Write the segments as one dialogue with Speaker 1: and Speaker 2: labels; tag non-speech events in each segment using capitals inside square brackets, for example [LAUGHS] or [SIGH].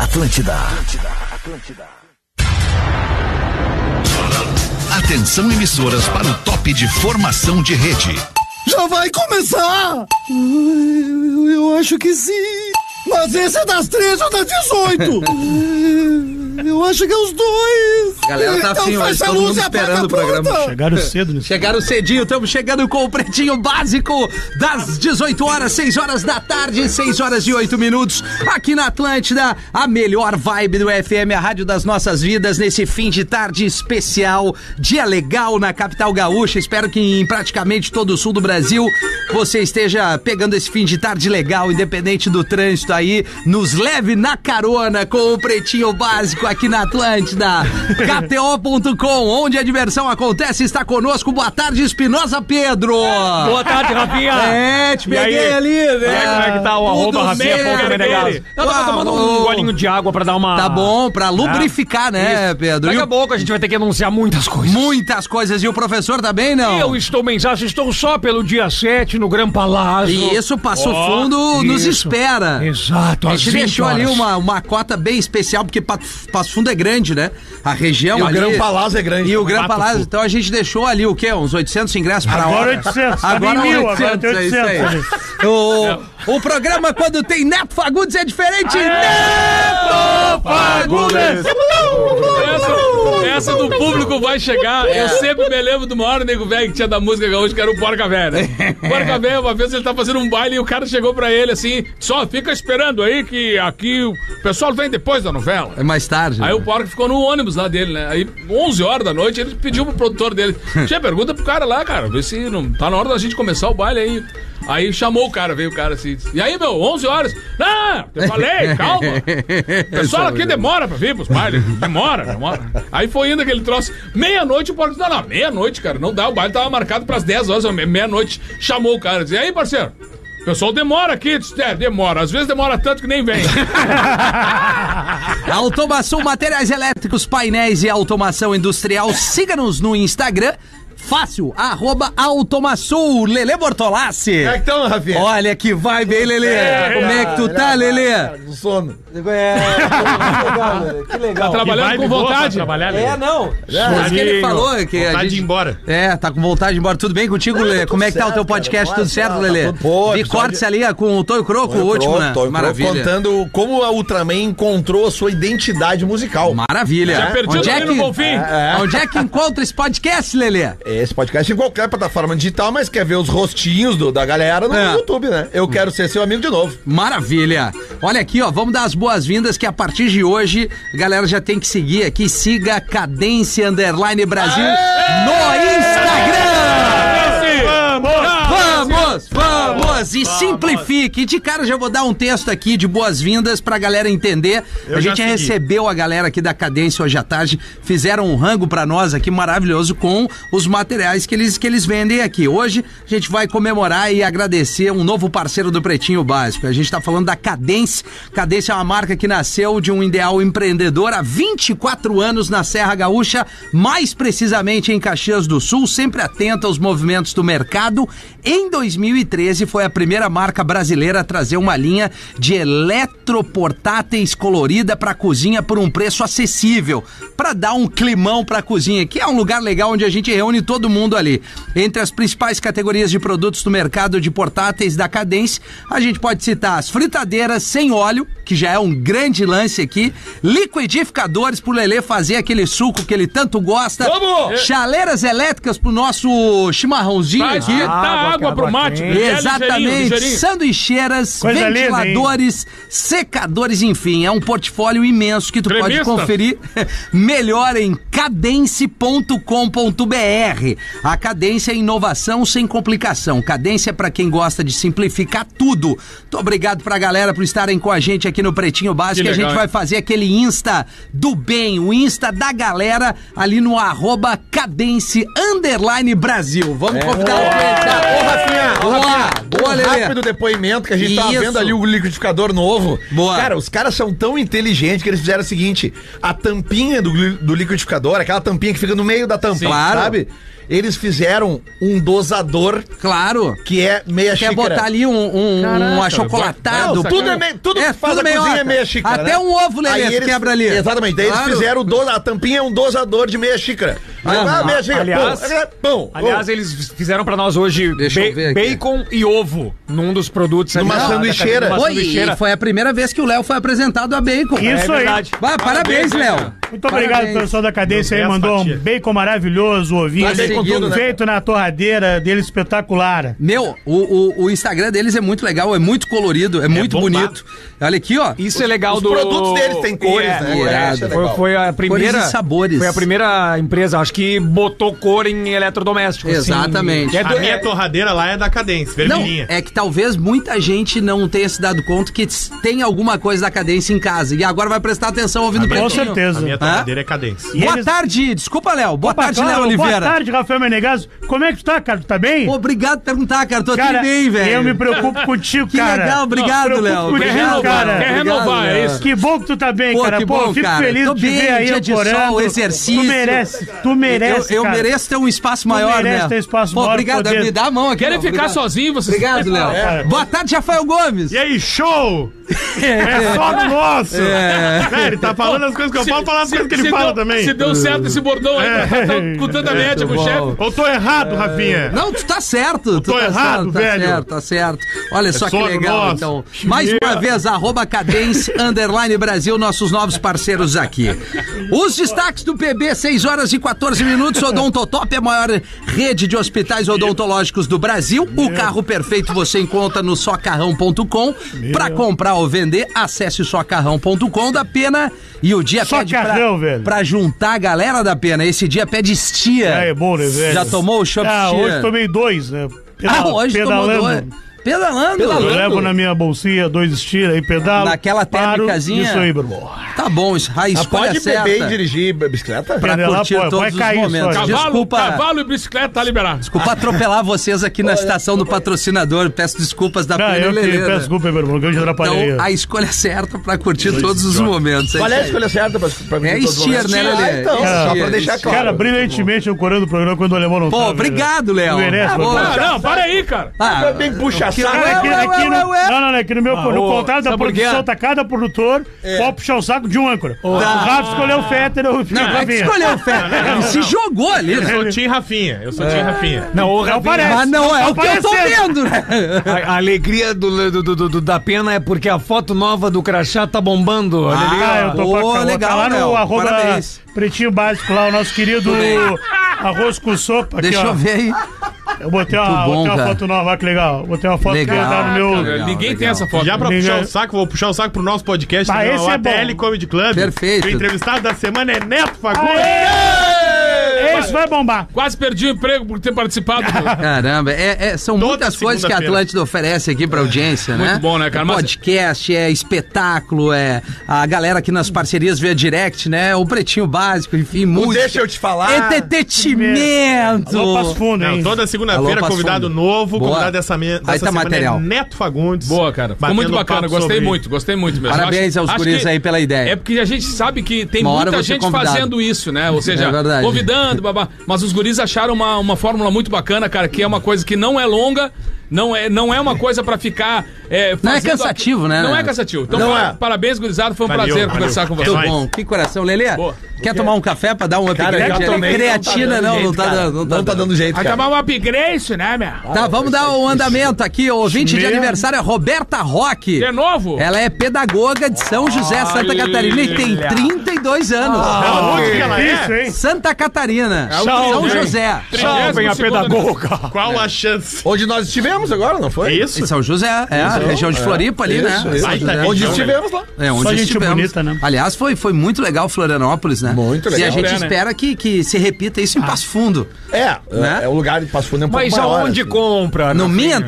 Speaker 1: Atlântida. Atlântida. Atlântida. Atenção emissoras para o top de formação de rede.
Speaker 2: Já vai começar? Eu, eu acho que sim. Mas esse é das 13 ou das 18? eu acho que é os dois. Então
Speaker 3: A galera tá afim, hoje,
Speaker 2: fecha a
Speaker 3: todo
Speaker 2: luz
Speaker 3: mundo
Speaker 2: e apaga
Speaker 3: esperando
Speaker 2: a
Speaker 3: o programa.
Speaker 2: porta.
Speaker 4: Chegaram cedo nisso.
Speaker 3: Chegaram cedinho, estamos chegando com o pretinho básico das 18 horas, 6 horas da tarde, 6 horas e 8 minutos, aqui na Atlântida, a melhor vibe do FM, a rádio das nossas vidas, nesse fim de tarde especial, dia legal na capital gaúcha. Espero que em praticamente todo o sul do Brasil você esteja pegando esse fim de tarde legal, independente do trânsito aí. Nos leve na carona com o pretinho básico aqui na
Speaker 5: [LAUGHS]
Speaker 3: Atlântida. KTO.com, onde a diversão acontece, está conosco. Boa tarde, Espinosa Pedro.
Speaker 5: Boa tarde, Rafinha.
Speaker 3: É, te
Speaker 5: E aí?
Speaker 3: peguei ali, né?
Speaker 5: Como é, como é que tá o
Speaker 3: Tudo
Speaker 5: arroba Rafinha
Speaker 3: certo.
Speaker 5: Ponto Menegaso? Eu tava
Speaker 3: Uau,
Speaker 5: tomando
Speaker 3: ô.
Speaker 5: um golinho de água pra dar uma...
Speaker 3: Tá bom, pra lubrificar, né, Pedro?
Speaker 5: Daqui
Speaker 3: E
Speaker 5: a
Speaker 3: o-
Speaker 5: pouco a gente vai ter que anunciar muitas coisas.
Speaker 3: Muitas coisas. E o professor tá bem, não?
Speaker 5: Eu estou mensagens, estou só pelo dia 7 no Gran Palácio.
Speaker 3: E isso, Passo
Speaker 5: Ó,
Speaker 3: Fundo nos
Speaker 5: isso.
Speaker 3: espera.
Speaker 5: Exato,
Speaker 3: A
Speaker 5: às
Speaker 3: gente
Speaker 5: 20
Speaker 3: deixou ali
Speaker 5: horas.
Speaker 3: uma, uma cota bem especial, porque Pa- Passo Fundo é grande, né? A região ali...
Speaker 2: é grande.
Speaker 3: E o Gran
Speaker 5: Pato
Speaker 3: Palácio,
Speaker 5: Fu.
Speaker 3: então a gente deixou ali o quê? Uns 800 ingressos para
Speaker 4: Agora
Speaker 3: hora.
Speaker 4: 800, tá
Speaker 3: agora
Speaker 4: em mil, agora tem
Speaker 3: é isso
Speaker 4: 800.
Speaker 3: aí. O, o programa quando tem Neto Fagundes é diferente. Neto Fagundes!
Speaker 6: Essa, essa do público vai chegar. Eu sempre me lembro de uma hora, nego velho, que tinha da música gaúcha, que era o Porca Velha. Porca Velha, uma vez ele tá fazendo um baile e o cara chegou pra ele assim: só fica esperando aí que aqui o pessoal vem depois da novela.
Speaker 3: É mais tarde.
Speaker 6: Aí o Porco ficou no ônibus lá dele, né? Aí, 11 horas da noite, ele pediu pro produtor dele: Tia, pergunta pro cara lá, cara, vê se não tá na hora da gente começar o baile aí. Aí chamou o cara, veio o cara assim: E aí, meu, 11 horas? Não, eu falei, calma.
Speaker 3: É
Speaker 6: O pessoal aqui demora pra vir
Speaker 3: [LAUGHS]
Speaker 6: pros bailes, demora, demora. Aí foi indo aquele troço, meia-noite, o Porco disse: Não, não, meia-noite, cara, não dá, o baile tava marcado pras 10 horas, me- meia-noite. Chamou o cara, disse: E aí, parceiro? O pessoal demora aqui, disse, é, demora. Às vezes demora tanto que
Speaker 3: [LAUGHS]
Speaker 6: nem vem.
Speaker 3: [LAUGHS] Automação Materiais Elétricos, Painéis e Automação Industrial. Siga-nos no Instagram. Fácil, arroba Automaçul, Lele Bortolassi.
Speaker 2: Como é que tão, Rafinha?
Speaker 3: Olha que vibe, hein, Lelê? Como é que tu tá, Lelê?
Speaker 2: Do sono.
Speaker 6: Tá trabalhando
Speaker 5: vibe
Speaker 6: com
Speaker 5: boa pra
Speaker 6: vontade.
Speaker 5: trabalhar, né?
Speaker 3: É, não. Acho que ele
Speaker 5: Sozinho.
Speaker 3: falou que a
Speaker 7: Vontade de ir
Speaker 3: gente...
Speaker 7: embora.
Speaker 3: É, tá com vontade de ir embora. Tudo bem contigo, Lelê? Como é que tá o teu podcast? tudo certo, Lelê?
Speaker 2: Pô,
Speaker 3: Vi
Speaker 2: episódio-
Speaker 3: cortes ali ah, com o Tonho Croco, o último, né? Maravilha.
Speaker 2: contando como a Ultraman encontrou a sua identidade musical.
Speaker 3: Maravilha.
Speaker 6: Já perdi
Speaker 3: Onde
Speaker 6: o
Speaker 3: é
Speaker 6: no
Speaker 3: que...
Speaker 6: Bonfim.
Speaker 3: Onde é que encontra esse podcast, Lelê?
Speaker 2: É, Esse podcast em qualquer plataforma digital, mas quer ver os rostinhos do- da galera no
Speaker 3: É.
Speaker 2: YouTube, né? Eu quero ser seu amigo de novo.
Speaker 3: Maravilha! Olha aqui, ó, vamos dar as boas-vindas que a partir de hoje, a galera já tem que seguir aqui, siga Cadência Underline Brasil no Instagram!
Speaker 6: É,
Speaker 3: Vamos, vamos! E simplifique! De cara já vou dar um texto aqui de boas-vindas pra galera entender. a gente recebeu a galera aqui da Cadência hoje à tarde, fizeram um rango pra nós aqui maravilhoso com os materiais que eles, que eles vendem aqui. Hoje a gente vai comemorar e agradecer um novo parceiro do Pretinho Básico. A gente tá falando da Cadência. Cadência é uma marca que nasceu de um ideal empreendedor há 24 anos na Serra Gaúcha, mais precisamente em Caxias do Sul, sempre atenta aos movimentos do mercado. Em 2013 foi a primeira marca brasileira a trazer uma linha de eletroportáteis colorida para cozinha por um preço acessível, para dar um climão para cozinha, que é um lugar legal onde a gente reúne todo mundo ali. Entre as principais categorias de produtos do mercado de portáteis da Cadence, a gente pode citar as fritadeiras sem óleo, que já é um grande lance aqui, liquidificadores pro Lelê fazer aquele suco que ele tanto gosta,
Speaker 6: Vamos!
Speaker 3: chaleiras elétricas pro nosso chimarrãozinho
Speaker 6: Faz
Speaker 3: aqui.
Speaker 6: que dá
Speaker 5: água,
Speaker 6: água pro
Speaker 5: água
Speaker 6: mate.
Speaker 5: quente.
Speaker 6: é ligeirinho,
Speaker 3: Exatamente,
Speaker 6: ligeirinho.
Speaker 3: sanduicheiras,
Speaker 4: Coisa linda, hein?
Speaker 3: ventiladores, secadores, enfim, é um portfólio imenso que tu pode
Speaker 6: Tremista.
Speaker 3: conferir [LAUGHS] melhor em cadence.com.br. A cadência é inovação sem complicação. Cadência é para quem gosta de simplificar tudo. Muito obrigado pra galera por estarem com a gente aqui no Pretinho Básico.
Speaker 6: Que
Speaker 3: a gente
Speaker 6: legal,
Speaker 3: vai
Speaker 6: hein?
Speaker 3: fazer aquele Insta do bem, o Insta da galera ali no arroba cadence underline Brasil. Vamos convidar o
Speaker 4: Tá,
Speaker 2: Ô,
Speaker 3: Pedro.
Speaker 2: Rafinha, ô,
Speaker 3: Boa,
Speaker 2: Rafinha,
Speaker 3: boa,
Speaker 2: um
Speaker 3: Lelê.
Speaker 2: rápido depoimento que a gente tava
Speaker 3: Isso.
Speaker 2: vendo ali o liquidificador novo.
Speaker 3: Boa.
Speaker 2: Cara, os caras são tão inteligentes que eles fizeram o seguinte: a tampinha do, gli- do liquidificador
Speaker 4: dosador, aquela tampinha que fica no meio da tampa,
Speaker 3: Claro.
Speaker 4: sabe? Eles fizeram um dosador
Speaker 3: Claro.
Speaker 4: que é meia
Speaker 3: Quer
Speaker 4: xícara.
Speaker 3: botar ali um, um, um achocolatado.
Speaker 4: Não, tudo é meio, tudo que faz a cozinha é
Speaker 3: meiota.
Speaker 4: meia xícara.
Speaker 3: Até
Speaker 4: né?
Speaker 3: um ovo, Lelê,
Speaker 4: Aí
Speaker 3: tu
Speaker 4: eles-
Speaker 3: quebra ali.
Speaker 4: Exatamente. Daí
Speaker 3: Claro.
Speaker 4: eles fizeram o dosa- a tampinha é um dosador de meia xícara. Aí,
Speaker 3: Ah,
Speaker 4: ah, meia xícara.
Speaker 5: aliás-
Speaker 4: pão, é, pão.
Speaker 5: Aliás,
Speaker 4: pão.
Speaker 5: eles fizeram pra nós hoje
Speaker 3: Deixa eu
Speaker 5: ba-
Speaker 3: ver aqui.
Speaker 5: bacon e ovo num dos produtos. ali
Speaker 4: Numa
Speaker 5: da- da
Speaker 4: sanduicheira. É,
Speaker 5: academia,
Speaker 3: Oi,
Speaker 5: Numa sanduicheira.
Speaker 3: e foi a primeira vez que o Léo foi apresentado a bacon.
Speaker 7: Isso aí.
Speaker 5: verdade.
Speaker 3: Bah, parabéns,
Speaker 4: né?
Speaker 3: Léo.
Speaker 7: Muito obrigado,
Speaker 3: É Parabéns. é
Speaker 7: pessoal da cadência aí.
Speaker 8: Meu Deus,
Speaker 7: Mandou um
Speaker 8: fatia.
Speaker 7: bacon maravilhoso, ovinho.
Speaker 3: Tá
Speaker 7: ali,
Speaker 3: seguindo, né?
Speaker 7: Feito na torradeira dele, espetacular.
Speaker 3: Meu, o, o, o Instagram deles é muito legal, é muito colorido, é, muito
Speaker 8: bombado.
Speaker 3: bonito. Olha aqui, ó.
Speaker 5: Isso é legal
Speaker 4: Os
Speaker 5: do...
Speaker 4: produtos deles têm cores,
Speaker 5: É,
Speaker 4: né?
Speaker 3: irado.
Speaker 4: Isso é legal.
Speaker 5: Foi, foi a primeira.
Speaker 3: Cores e sabores.
Speaker 5: Foi a primeira empresa, acho que botou cor em eletrodoméstico.
Speaker 6: assim.
Speaker 3: Exatamente.
Speaker 5: É do-
Speaker 8: A minha
Speaker 5: é-
Speaker 8: torradeira lá é da cadência,
Speaker 3: Não,
Speaker 8: vermelhinha.
Speaker 3: é que talvez muita gente não tenha se dado conta que s- tem alguma coisa da cadência em casa. E agora vai prestar atenção ouvindo o
Speaker 7: Com
Speaker 3: Pretinho. tá-
Speaker 8: A
Speaker 7: certeza. Tá
Speaker 8: minha torradeira é cadência.
Speaker 7: E
Speaker 3: Boa
Speaker 7: eles-
Speaker 3: tarde, desculpa, Léo. Boa
Speaker 7: Opa,
Speaker 3: tarde,
Speaker 7: claro,
Speaker 3: Léo Oliveira.
Speaker 7: Boa tarde, Rafael Menegaso. Como é que tu tá, cara? Tu tá bem?
Speaker 3: Obrigado por perguntar, cara. Tô
Speaker 7: cara,
Speaker 3: aqui bem, velho.
Speaker 7: eu me preocupo contigo,
Speaker 3: [LAUGHS] Que
Speaker 7: cara.
Speaker 3: legal, obrigado,
Speaker 7: Não,
Speaker 3: Léo.
Speaker 7: preocupo
Speaker 3: Obrigado,
Speaker 7: contigo, cara.
Speaker 6: Quer
Speaker 3: Obrigado,
Speaker 6: renovar, é
Speaker 3: Léo.
Speaker 6: isso.
Speaker 7: Que bom que tu tá bem,
Speaker 3: Pô,
Speaker 7: cara.
Speaker 3: que
Speaker 7: Pô,
Speaker 3: bom,
Speaker 7: eu fico
Speaker 3: cara.
Speaker 7: feliz
Speaker 3: Tô
Speaker 7: de te
Speaker 3: bem,
Speaker 7: ver aí
Speaker 3: dia de
Speaker 7: ancorando.
Speaker 3: sol, exercício.
Speaker 7: Tu merece, tu merece,
Speaker 3: eu, eu
Speaker 7: cara.
Speaker 3: mereço ter um espaço maior,
Speaker 7: merece
Speaker 3: né?
Speaker 7: ter um espaço
Speaker 3: Pô,
Speaker 7: maior
Speaker 3: Obrigado,
Speaker 7: poder.
Speaker 3: me dá a mão aqui.
Speaker 6: Querem
Speaker 3: Léo.
Speaker 6: ficar
Speaker 3: Obrigado.
Speaker 6: sozinhos, vocês.
Speaker 3: Obrigado, Léo.
Speaker 7: É.
Speaker 3: Boa tarde, Rafael Gomes.
Speaker 8: E aí, show?
Speaker 3: [LAUGHS]
Speaker 8: É só do nosso! É, ele tá falando as coisas que eu falo, falar as coisas que ele
Speaker 6: se
Speaker 8: fala
Speaker 6: deu-
Speaker 8: também.
Speaker 6: Se deu certo esse bordão aí,
Speaker 8: É.
Speaker 6: tá tão-
Speaker 8: [LAUGHS]
Speaker 6: com tanta média com o
Speaker 3: bom.
Speaker 6: chefe.
Speaker 8: Ou tô
Speaker 7: É.
Speaker 8: errado, Rafinha?
Speaker 3: Não, tu tá certo. Tu
Speaker 8: É. tô
Speaker 3: tá certo,
Speaker 8: errado,
Speaker 3: tá
Speaker 8: velho. É
Speaker 3: certo, tá certo. Olha só que
Speaker 8: só
Speaker 3: legal,
Speaker 8: nós.
Speaker 3: então. Mais uma vez, arroba Cadence Underline Brasil, nossos novos parceiros aqui. Os destaques do PB, 6 horas e 14 minutos. Odontotop é a maior rede de hospitais odontológicos do Brasil. O carro perfeito você encontra no socarrão.com. Pra comprar ou vender, acesse socarrão.com da Pena. E o dia pede
Speaker 7: Socarrão,
Speaker 3: pra,
Speaker 7: velho.
Speaker 3: pra juntar a galera da Pena. Esse dia pede estia.
Speaker 7: É, é bom, né, velho?
Speaker 3: Já tomou o chopp
Speaker 7: Ah,
Speaker 3: chia?
Speaker 7: hoje tomei dois, né?
Speaker 3: Ah,
Speaker 7: Pedal-
Speaker 3: hoje
Speaker 7: pedalando.
Speaker 3: tomou dois. Pedalando.
Speaker 7: Eu levo na minha bolsinha dois estilos aí, pedalo.
Speaker 3: Naquela
Speaker 7: paro,
Speaker 3: térmicazinha?
Speaker 7: Isso aí, meu irmão.
Speaker 3: Tá bom, isso. A
Speaker 4: Ah,
Speaker 3: escolha
Speaker 4: pode
Speaker 3: certa.
Speaker 4: beber e dirigir bicicleta?
Speaker 3: Pra
Speaker 7: Pedalar,
Speaker 3: curtir
Speaker 7: pô, vai
Speaker 3: todos os
Speaker 7: cair isso
Speaker 3: momentos.
Speaker 7: aí.
Speaker 6: Cavalo,
Speaker 3: Desculpa.
Speaker 6: cavalo e bicicleta tá liberado.
Speaker 3: Desculpa atropelar vocês aqui na estação do patrocinador. Peço desculpas da
Speaker 7: Não,
Speaker 3: Pena
Speaker 7: Ah, eu que
Speaker 3: Helena.
Speaker 7: peço desculpa, meu irmão, que eu te atrapalhei.
Speaker 3: né? Então, a escolha certa pra curtir todos os momentos.
Speaker 4: Qual é a
Speaker 3: isso aí.
Speaker 4: escolha certa pra, pra
Speaker 3: É Stier, né, Lelê?
Speaker 4: Ah, então,
Speaker 3: É
Speaker 4: só pra
Speaker 3: Stier,
Speaker 4: deixar
Speaker 3: Stier.
Speaker 4: claro.
Speaker 7: Cara, brilhantemente ancorando o programa quando o alemão não
Speaker 3: Pô,
Speaker 7: tá, velho.
Speaker 3: obrigado, Léo.
Speaker 7: Tu merece,
Speaker 3: Ah,
Speaker 7: meu
Speaker 3: boa.
Speaker 7: irmão.
Speaker 6: Ah, não, para aí, cara.
Speaker 3: Ah,
Speaker 4: Também puxa
Speaker 3: que-
Speaker 4: saco. né?
Speaker 7: Cara, aqui,
Speaker 3: Ué, ué, ué,
Speaker 7: aqui no,
Speaker 3: ué, Ah, ué.
Speaker 7: Não, não, não, aqui no meu no
Speaker 5: ô,
Speaker 7: contrato da
Speaker 5: sabe por quê?
Speaker 7: produção tá cada produtor
Speaker 3: É.
Speaker 7: pode puxar o saco de um âncora. O Rafa escolheu o Fetter, eu fico
Speaker 3: não,
Speaker 7: com
Speaker 3: é
Speaker 7: a
Speaker 3: que
Speaker 7: minha.
Speaker 3: escolheu o Fé. Ele se jogou ali. né?
Speaker 8: Eu sou Tim Rafinha. Eu sou
Speaker 3: É.
Speaker 8: Tim Rafinha.
Speaker 5: Não, o
Speaker 7: Não
Speaker 5: Rafinha-
Speaker 7: parece.
Speaker 3: Ah, não, é o que eu tô
Speaker 7: parecendo.
Speaker 3: vendo, né?
Speaker 5: A, a alegria do, do- do- do- da pena é porque a foto nova do crachá tá bombando. olha ali.
Speaker 7: Ah, eu tô
Speaker 3: Ô,
Speaker 7: pra cá.
Speaker 3: legal,
Speaker 7: tá lá no
Speaker 3: Léo.
Speaker 7: arroba
Speaker 3: Parabéns.
Speaker 7: Pretinho Básico lá, o nosso querido arroz com sopa. Aqui,
Speaker 3: Deixa
Speaker 7: ó.
Speaker 3: eu ver aí.
Speaker 7: Eu botei uma,
Speaker 3: Muito bom,
Speaker 7: botei uma
Speaker 3: cara.
Speaker 7: foto nova, que legal. Botei uma foto que eu
Speaker 3: Legal,
Speaker 7: tava no meu...
Speaker 3: legal.
Speaker 6: Ninguém tem essa foto.
Speaker 8: Já pra
Speaker 7: Ninguém-
Speaker 8: puxar o saco, vou puxar o saco pro nosso podcast.
Speaker 7: Ah,
Speaker 8: né,
Speaker 7: esse
Speaker 8: o
Speaker 7: é
Speaker 8: ATL
Speaker 7: bom.
Speaker 8: Comedy Club.
Speaker 3: Perfeito.
Speaker 8: O entrevistado da semana é Neto Fagundes.
Speaker 7: Aê! Esse vai bombar.
Speaker 6: Quase perdi o emprego por ter participado. do-
Speaker 3: Caramba, é- é- são
Speaker 8: Toda
Speaker 3: muitas coisas que a
Speaker 8: segunda-feira.
Speaker 3: Atlântida oferece aqui pra audiência, né?
Speaker 6: Muito bom, né, cara?
Speaker 3: É
Speaker 6: Mas-
Speaker 3: podcast, é espetáculo, é a galera aqui nas parcerias via direct, né? O Pretinho Básico, enfim,
Speaker 4: Não
Speaker 3: música.
Speaker 4: deixa eu te falar.
Speaker 3: Entretenimento!
Speaker 7: Alô, Passo Fundo,
Speaker 8: [LAUGHS] Não,
Speaker 7: hein?
Speaker 8: toda
Speaker 3: Alô,
Speaker 8: segunda-feira,
Speaker 3: Passo
Speaker 8: convidado
Speaker 3: Fundo.
Speaker 8: novo,
Speaker 3: Boa.
Speaker 8: convidado dessa, me,
Speaker 3: Aí
Speaker 8: dessa
Speaker 3: tá
Speaker 8: semana
Speaker 3: material.
Speaker 8: é Neto Fagundes.
Speaker 6: Boa, cara. Ficou
Speaker 8: Batendo
Speaker 6: muito bacana.
Speaker 8: papo
Speaker 6: Gostei
Speaker 8: sobre-
Speaker 6: muito, gostei muito mesmo.
Speaker 3: Parabéns aos guris
Speaker 6: que
Speaker 3: aí pela ideia.
Speaker 6: É porque a gente sabe que tem
Speaker 3: Uma hora
Speaker 6: muita
Speaker 3: eu vou ser
Speaker 6: gente
Speaker 3: convidado.
Speaker 6: fazendo isso, né? Ou seja,
Speaker 3: É verdade.
Speaker 6: convidando, babá. Mas os guris acharam uma, uma fórmula muito bacana, cara, que é uma coisa que não é longa, não é, não é uma coisa pra ficar. é,
Speaker 3: Não é
Speaker 6: fazendo
Speaker 3: cansativo, né?
Speaker 6: Não é cansativo. Então,
Speaker 4: Não
Speaker 6: par-
Speaker 4: é.
Speaker 6: parabéns, gurizada. Foi um
Speaker 8: Valeu,
Speaker 6: prazer
Speaker 8: valeu.
Speaker 6: conversar com
Speaker 8: É
Speaker 6: vocês.
Speaker 3: Muito
Speaker 8: nóis.
Speaker 3: bom, que coração. Lelê,
Speaker 6: Boa.
Speaker 3: quer tomar um café pra dar um
Speaker 4: Cara,
Speaker 3: upgrade?
Speaker 4: eu
Speaker 3: ali?
Speaker 4: tomei,
Speaker 3: Creatina, não, não tá dando.
Speaker 4: Não tá dando jeito, cara.
Speaker 6: Acabar um upgrade, né, minha?
Speaker 3: Tá, vamos dar o andamento aqui. O ouvinte de
Speaker 7: Meu.
Speaker 3: aniversário é Roberta Roque.
Speaker 6: De novo?
Speaker 3: Ela é pedagoga de São José, Santa Catarina e tem 32 anos.
Speaker 7: Ah.
Speaker 8: Aonde Tá que ela
Speaker 7: Isso,
Speaker 8: é?
Speaker 7: hein?
Speaker 3: Santa Catarina, São
Speaker 8: Salve.
Speaker 3: José.
Speaker 8: Salvem a
Speaker 6: pedagoga.
Speaker 8: Qual a chance?
Speaker 4: Onde nós estivemos agora, não
Speaker 8: É
Speaker 4: foi?
Speaker 8: isso?
Speaker 3: Em São José, é, a região de Floripa ali, né?
Speaker 4: Isso, isso.
Speaker 3: São
Speaker 8: Baita
Speaker 3: José.
Speaker 8: região.
Speaker 4: Onde
Speaker 8: Então,
Speaker 4: estivemos lá.
Speaker 3: É, onde
Speaker 7: Só gente
Speaker 3: estivemos.
Speaker 7: bonita, né?
Speaker 3: Aliás, foi, foi muito legal Florianópolis, né?
Speaker 4: Muito
Speaker 3: E a
Speaker 4: legal.
Speaker 3: gente
Speaker 6: É, né?
Speaker 3: espera que, que se repita isso em Passo Fundo.
Speaker 4: É,
Speaker 3: Né?
Speaker 4: é, é o lugar de Passo Fundo é um
Speaker 5: Mas
Speaker 4: pouco maior,
Speaker 5: aonde
Speaker 4: assim.
Speaker 5: compra?
Speaker 3: No
Speaker 5: Rafinha?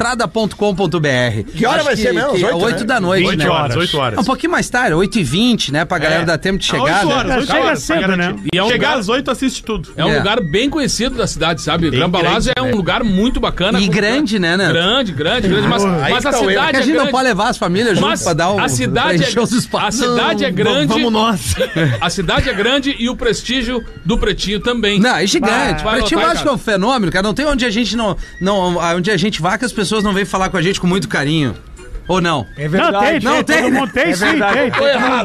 Speaker 3: minhaentrada.com.br.
Speaker 4: Que hora
Speaker 3: Acho
Speaker 4: vai ser mesmo? Às
Speaker 3: que é
Speaker 4: oito,
Speaker 3: 8
Speaker 4: né?
Speaker 3: da noite, né?
Speaker 8: 8 horas, 8
Speaker 3: É,
Speaker 8: horas.
Speaker 3: Um pouquinho mais tarde, 8h20, né? Pra
Speaker 4: É.
Speaker 3: galera dar tempo de chegar.
Speaker 8: 8
Speaker 3: né?
Speaker 8: horas, 8
Speaker 7: É, Chega
Speaker 8: horas. pra
Speaker 7: cedo,
Speaker 8: garantir.
Speaker 7: né?
Speaker 6: E é um
Speaker 8: Chegar
Speaker 6: lugar-
Speaker 8: às 8, assiste tudo.
Speaker 6: É um
Speaker 3: É.
Speaker 6: lugar bem conhecido da cidade, sabe?
Speaker 8: Bem
Speaker 6: Grambalás
Speaker 8: grande,
Speaker 6: é um
Speaker 8: né?
Speaker 6: lugar muito bacana.
Speaker 3: E
Speaker 6: com-
Speaker 3: grande, né, Nando?
Speaker 6: tá Grande, grande, grande. Mas,
Speaker 4: Aí
Speaker 6: mas a
Speaker 4: tá o erro,
Speaker 6: cidade
Speaker 3: Porque
Speaker 6: é
Speaker 3: a gente não
Speaker 6: grande.
Speaker 3: pode levar as famílias junto
Speaker 6: Mas
Speaker 3: pra dar o.
Speaker 6: a
Speaker 3: pra
Speaker 6: cidade,
Speaker 3: encher os
Speaker 6: é, a
Speaker 3: espaços.
Speaker 6: cidade é grande.
Speaker 5: Vamos nós.
Speaker 6: [LAUGHS] A cidade é grande e o prestígio do pretinho também.
Speaker 3: Não, é gigante.
Speaker 6: Vai, vai
Speaker 3: Pretinho eu
Speaker 6: lotar,
Speaker 3: acho que é um fenômeno, cara. Não tem onde a gente não. não onde a gente vai que as pessoas não vêm falar com a gente com muito carinho. Ou não?
Speaker 5: É
Speaker 7: Não, tem,
Speaker 3: Não,
Speaker 7: não, tem.
Speaker 3: tem,
Speaker 8: né?
Speaker 7: Todo mundo tem,
Speaker 5: É
Speaker 7: sim,
Speaker 5: verdade.
Speaker 7: tem.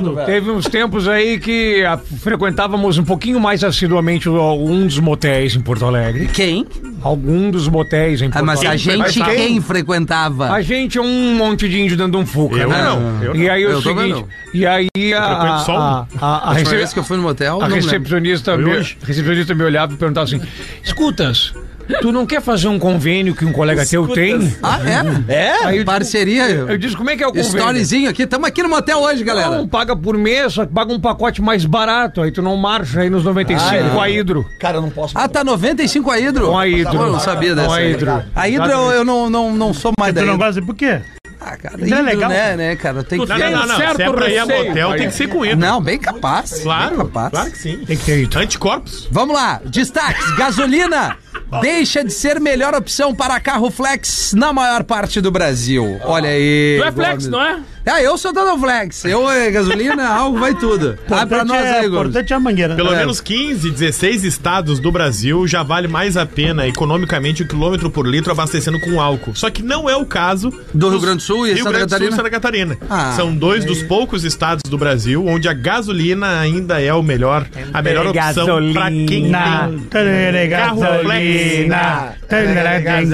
Speaker 5: Tô Teve uns tempos aí que a- frequentávamos um pouquinho mais assiduamente o- alguns motéis em Porto Alegre.
Speaker 3: Quem?
Speaker 5: Algum dos motéis em Porto
Speaker 3: Ah, mas a
Speaker 5: Alegre.
Speaker 3: gente
Speaker 5: frequentava?
Speaker 3: quem, frequentava?
Speaker 5: A gente é um monte de índio dando um fuca.
Speaker 8: Eu
Speaker 5: né?
Speaker 8: não, eu
Speaker 5: E aí
Speaker 3: não.
Speaker 5: o
Speaker 3: Eu também
Speaker 5: seguinte. E aí a.
Speaker 8: frequento só um.
Speaker 5: a- a- a
Speaker 3: A última
Speaker 5: rece-
Speaker 3: vez que eu fui no motel,
Speaker 5: a
Speaker 3: não lembro.
Speaker 5: recepcionista, me, a recepcionista me olhava e perguntava assim: Escutas, tu não quer fazer um convênio que um colega teu tem?
Speaker 3: Ah, é?
Speaker 4: É?
Speaker 3: Aí, Parceria.
Speaker 5: Eu disse: Como é que é o convênio?
Speaker 3: Storyzinho aqui. Tamo aqui no motel hoje, galera.
Speaker 5: Não, paga por mês, só que paga um pacote mais barato. Aí tu não marcha aí nos 95
Speaker 4: Ah, é.
Speaker 5: com a Hidro.
Speaker 4: Cara, eu não posso.
Speaker 3: Ah, tá 95 a Hidro?
Speaker 5: Com a Hidro.
Speaker 3: Pô, Eu não sabia
Speaker 5: Com
Speaker 3: dessa.
Speaker 5: a
Speaker 3: aí.
Speaker 5: Hidro.
Speaker 3: A Hidro eu, eu não, não, não sou mais da
Speaker 7: Tu não
Speaker 3: Hidro.
Speaker 7: gosta de por quê?
Speaker 3: Ah, cara,
Speaker 7: é
Speaker 3: Hidro,
Speaker 7: legal.
Speaker 3: né, né, cara? Tem que
Speaker 8: Não, não, não, não.
Speaker 6: Certo
Speaker 8: Se é pra ir a
Speaker 6: receio,
Speaker 8: motel, tem que ser com ele.
Speaker 3: Não, bem capaz.
Speaker 8: Claro,
Speaker 3: Bem capaz.
Speaker 8: claro que sim.
Speaker 5: Tem que ter Hidro.
Speaker 8: Anticorpos?
Speaker 3: Vamos lá, destaques. Gasolina deixa de ser melhor opção para carro flex na maior parte do Brasil. Olha aí.
Speaker 6: Tu é flex, não é?
Speaker 3: Ah, eu sou dono flex. Eu, é gasolina, [LAUGHS] algo, vai tudo. Vai pra nós
Speaker 7: é,
Speaker 3: aí, Gordo.
Speaker 7: importante é a mangueira.
Speaker 8: Pelo
Speaker 3: É.
Speaker 8: menos 15, 16 estados do Brasil já vale mais a pena economicamente o quilômetro por litro abastecendo com álcool. Só que não é o caso
Speaker 3: Do
Speaker 8: dos-
Speaker 3: Rio Grande do Sul e
Speaker 8: Rio
Speaker 3: Santa
Speaker 8: Grande do Sul e
Speaker 3: Catarina?
Speaker 8: Santa Catarina.
Speaker 3: Ah,
Speaker 8: São dois dos poucos estados do Brasil onde a gasolina ainda é o melhor, a melhor opção para quem
Speaker 7: Na
Speaker 8: tem carro flex.
Speaker 7: gasolina,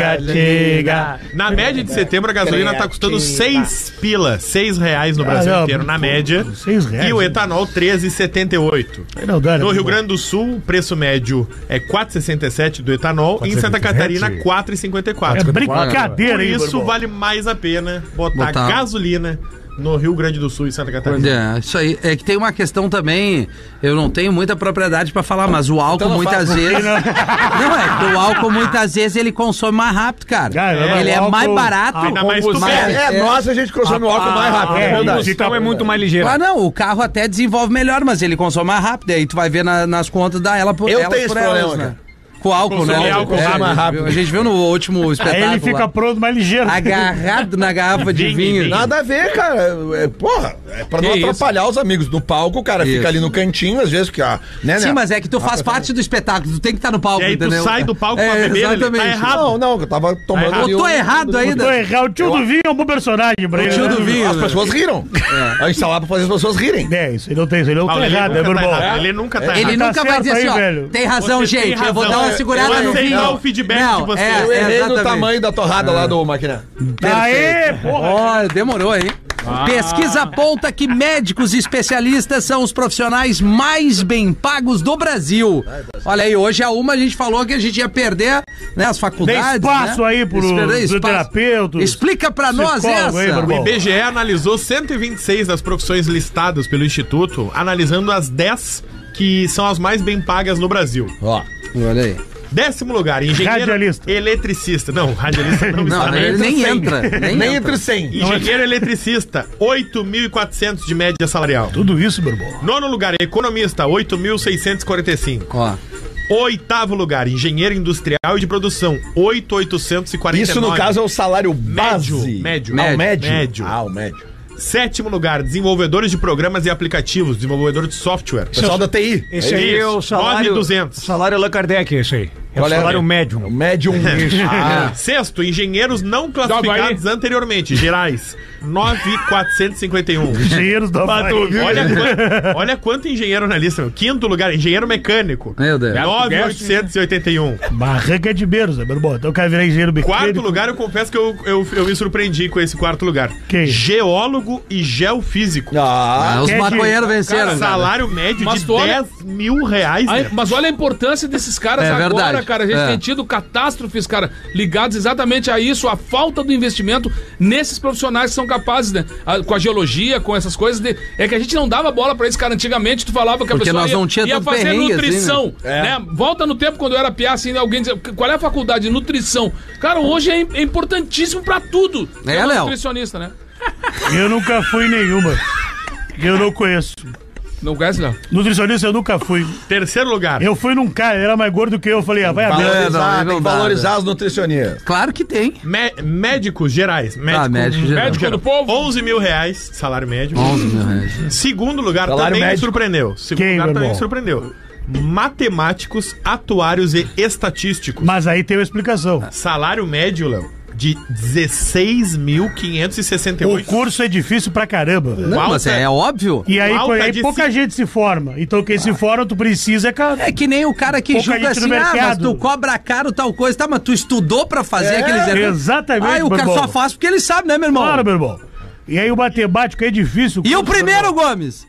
Speaker 7: gasolina,
Speaker 8: Na média de setembro, a gasolina tá custando 6 pila, 6 reais no Brasil
Speaker 7: Caramba,
Speaker 8: inteiro, na média.
Speaker 7: seis reais.
Speaker 8: E o etanol, 13,78.
Speaker 7: né?
Speaker 8: No Rio Grande do Sul, o preço médio é 4,67 do etanol. e em Santa Catarina,
Speaker 7: É
Speaker 8: 4,54.
Speaker 7: brincadeira,
Speaker 8: Por
Speaker 7: hein,
Speaker 8: isso,
Speaker 7: Gordo?
Speaker 8: vale mais a pena botar,
Speaker 3: Botar.
Speaker 8: gasolina no Rio Grande do Sul e Santa Catarina.
Speaker 3: É, isso aí. É que tem uma questão também. Eu não tenho muita propriedade pra falar, mas o
Speaker 7: Então
Speaker 3: álcool muitas vezes. Não, [LAUGHS] é que o álcool muitas vezes ele consome mais rápido, cara.
Speaker 7: Cara,
Speaker 3: É,
Speaker 7: mas
Speaker 3: ele é
Speaker 7: o
Speaker 3: mais
Speaker 7: álcool-
Speaker 3: barato.
Speaker 8: Ainda mais tu
Speaker 3: mas-
Speaker 8: bebe.
Speaker 4: É, nossa, a gente consome o álcool mais rápido.
Speaker 7: é,
Speaker 4: É verdade.
Speaker 7: isso.
Speaker 5: Então é muito mais ligeiro.
Speaker 3: Ah, não, o carro até desenvolve melhor, mas ele consome mais rápido. Aí tu vai ver na- nas contas da ela por
Speaker 4: Eu
Speaker 3: elas
Speaker 4: tenho
Speaker 3: por
Speaker 4: esse
Speaker 3: elas,
Speaker 4: problema,
Speaker 3: né? Com álcool,
Speaker 8: Consumir
Speaker 3: né?
Speaker 8: álcool
Speaker 3: É,
Speaker 4: mais
Speaker 3: a gente
Speaker 4: rápido.
Speaker 3: viu- A gente viu no último
Speaker 7: Aí
Speaker 3: espetáculo.
Speaker 7: ele fica
Speaker 3: lá.
Speaker 7: pronto mais ligeiro.
Speaker 3: agarrado na garrafa de
Speaker 8: Vinho,
Speaker 3: vinho.
Speaker 8: vinho.
Speaker 4: Nada a ver, cara. É, porra, é pra não
Speaker 6: Que isso?
Speaker 4: atrapalhar os amigos no palco, o cara
Speaker 3: Isso.
Speaker 4: fica ali no cantinho, às vezes, que a. Né,
Speaker 3: Sim,
Speaker 4: né?
Speaker 3: mas é que tu faz parte do espetáculo, tu tem que estar no palco,
Speaker 8: E aí tu
Speaker 3: entendeu?
Speaker 8: sai do palco pra
Speaker 3: É,
Speaker 8: beber, ele tá errado.
Speaker 4: Não, não, que eu tava tomando.
Speaker 8: errado.
Speaker 4: ali
Speaker 3: Eu tô
Speaker 4: um- É,
Speaker 3: errado ainda.
Speaker 7: Tô errado. O tio do vinho é um bom personagem, pra
Speaker 3: O
Speaker 7: ele,
Speaker 3: tio
Speaker 7: né?
Speaker 3: do vinho.
Speaker 4: As pessoas riram. A gente tá lá pra fazer as pessoas rirem.
Speaker 7: É, isso aí não tem, isso aí não tá
Speaker 8: Paulo, ele
Speaker 7: errado, é
Speaker 8: nunca tá
Speaker 7: normal.
Speaker 8: errado, Ele nunca tá
Speaker 3: Ele
Speaker 8: errado.
Speaker 7: tá
Speaker 3: nunca vai
Speaker 7: certo
Speaker 3: dizer assim,
Speaker 7: aí,
Speaker 3: ó,
Speaker 7: velho.
Speaker 3: tem razão,
Speaker 8: Você tem
Speaker 3: gente, eu vou
Speaker 8: razão.
Speaker 3: dar uma
Speaker 8: Eu-
Speaker 3: segurada
Speaker 8: eu
Speaker 3: no
Speaker 8: aceito
Speaker 3: vinho.
Speaker 8: o feedback de vocês.
Speaker 3: é,
Speaker 4: Eu errei no
Speaker 3: exatamente.
Speaker 4: tamanho da torrada lá do máquina.
Speaker 7: Aê, porra!
Speaker 3: Olha, demorou, hein? Pesquisa aponta que médicos e especialistas são os profissionais mais bem pagos do Brasil. Olha aí, hoje a uma a gente falou que a gente ia perder né, as faculdades.
Speaker 7: Dê espaço
Speaker 3: né?
Speaker 7: aí pros
Speaker 3: Isso, perder espaço.
Speaker 7: fisioterapeutas,
Speaker 3: Explica pra nós
Speaker 7: psicólogos
Speaker 3: essa.
Speaker 7: aí, meu
Speaker 8: O
Speaker 7: irmão.
Speaker 8: IBGE analisou 126 das profissões listadas pelo Instituto, analisando as 10 que são as mais bem pagas no Brasil.
Speaker 3: Ó, olha aí.
Speaker 8: Décimo lugar, engenheiro
Speaker 7: Radialista.
Speaker 8: eletricista. Não,
Speaker 3: [LAUGHS]
Speaker 8: radialista não,
Speaker 3: Não,
Speaker 8: está, né?
Speaker 3: ele nem entra. Nem,
Speaker 4: Nem
Speaker 3: entra.
Speaker 4: entre 100.
Speaker 8: Engenheiro eletricista, 8.400 de média salarial.
Speaker 7: Tudo isso, meu irmão.
Speaker 8: Nono lugar, economista, 8.645.
Speaker 3: Ó,
Speaker 8: Oitavo lugar, engenheiro industrial e de produção, 8.849.
Speaker 4: Isso, no caso, é o salário
Speaker 8: médio,
Speaker 4: base.
Speaker 8: médio.
Speaker 4: Ah, o
Speaker 8: Médio.
Speaker 4: médio.
Speaker 8: Médio.
Speaker 4: Ah, o médio.
Speaker 8: Sétimo lugar, desenvolvedores de programas e aplicativos, desenvolvedor de software.
Speaker 4: Pessoal da TI.
Speaker 5: Esse aí é o
Speaker 8: Isso,
Speaker 5: salário.
Speaker 8: 9.200.
Speaker 5: Salário Allan Kardec, esse aí. É o
Speaker 4: Qual é?
Speaker 5: salário médium.
Speaker 4: O
Speaker 5: [LAUGHS]
Speaker 4: médium.
Speaker 8: [LAUGHS] Ah. Sexto, engenheiros não classificados anteriormente, gerais, 9,451.
Speaker 7: Engenheiros da Bahia.
Speaker 8: Olha,
Speaker 7: [LAUGHS]
Speaker 8: quan- olha quanto engenheiro na lista. meu. Quinto lugar, engenheiro mecânico.
Speaker 3: meu Deus.
Speaker 7: É
Speaker 8: 9,881.
Speaker 7: Barranca de Beiros, né, meu irmão. Então eu quero virar engenheiro
Speaker 8: Quarto
Speaker 7: mecânico.
Speaker 8: lugar, eu confesso que eu, eu, eu me surpreendi com esse quarto lugar.
Speaker 7: Quem?
Speaker 8: Geólogo e geofísico.
Speaker 4: Ah,
Speaker 3: Ah, né? os
Speaker 7: Quer
Speaker 3: maconheiros
Speaker 7: dizer,
Speaker 3: venceram. cara.
Speaker 8: Salário médio
Speaker 6: Mas
Speaker 8: de
Speaker 6: tu olha-
Speaker 8: 10 mil reais.
Speaker 6: Aí,
Speaker 8: né?
Speaker 6: mas olha a importância desses caras
Speaker 3: É
Speaker 6: agora,
Speaker 3: verdade.
Speaker 6: cara. A gente
Speaker 3: É.
Speaker 6: tem tido catástrofes, cara, ligados exatamente a isso, a falta do investimento nesses profissionais que são capazes, né? A- com a geologia, com essas coisas. de- é que a gente não dava bola pra isso, cara. Antigamente tu falava que a
Speaker 3: Porque
Speaker 6: pessoa
Speaker 3: nós
Speaker 6: ia,
Speaker 3: não tinha
Speaker 6: ia
Speaker 3: tanto
Speaker 6: fazer
Speaker 3: perrengue, assim,
Speaker 6: nutrição.
Speaker 4: né?
Speaker 6: né? Volta no tempo quando eu era piá, assim, alguém dizia, qual é a faculdade? Nutrição. Cara, hoje é, im- é importantíssimo pra tudo.
Speaker 3: É,
Speaker 6: Ser um
Speaker 3: Léo?
Speaker 6: Nutricionista, né?
Speaker 7: Eu nunca fui em nenhuma. Eu não conheço.
Speaker 6: Não conhece, Léo?
Speaker 7: Nutricionista eu nunca fui.
Speaker 8: Terceiro lugar.
Speaker 7: Eu fui num cara, ele era mais gordo que eu. Eu falei, ah, vai a merda.
Speaker 4: Valorizar,
Speaker 3: não, não
Speaker 4: tem que
Speaker 3: dá,
Speaker 4: valorizar os nutricionistas.
Speaker 3: Claro que tem.
Speaker 8: Mé- médicos gerais. Médico,
Speaker 3: Ah, médico geral.
Speaker 6: Médico do povo.
Speaker 8: 11 mil reais, salário médio.
Speaker 3: 11 mil reais.
Speaker 8: Segundo lugar
Speaker 4: Salário
Speaker 8: também me
Speaker 4: médico.
Speaker 8: surpreendeu. Segundo
Speaker 7: Quem,
Speaker 8: lugar
Speaker 7: meu
Speaker 8: também
Speaker 7: irmão?
Speaker 8: me surpreendeu. Matemáticos, atuários e estatísticos.
Speaker 7: Mas aí tem uma explicação.
Speaker 3: Ah,
Speaker 8: Salário médio, Léo, de 16.568.
Speaker 7: O curso é difícil pra caramba.
Speaker 3: Não,
Speaker 8: Falta-
Speaker 3: mas é, é óbvio.
Speaker 7: E aí,
Speaker 8: Falta
Speaker 7: co- aí
Speaker 8: de
Speaker 7: pouca
Speaker 8: ci-
Speaker 7: gente se forma. Então quem se forma, tu precisa é caro.
Speaker 3: É que nem o cara que
Speaker 7: Pouca
Speaker 3: julga
Speaker 7: gente no
Speaker 3: assim, ah, mas
Speaker 7: mercado." É,
Speaker 3: tu cobra caro tal coisa. Tá, mas tu estudou pra fazer aqueles
Speaker 7: exatamente,
Speaker 3: Ah, o
Speaker 7: meu
Speaker 3: cara só
Speaker 7: irmão.
Speaker 3: faz porque ele sabe, né, meu irmão?
Speaker 7: Claro, meu irmão. E aí o matemático é difícil.
Speaker 3: E o
Speaker 7: curso, meu
Speaker 3: primeiro,
Speaker 7: irmão.
Speaker 3: Gomes?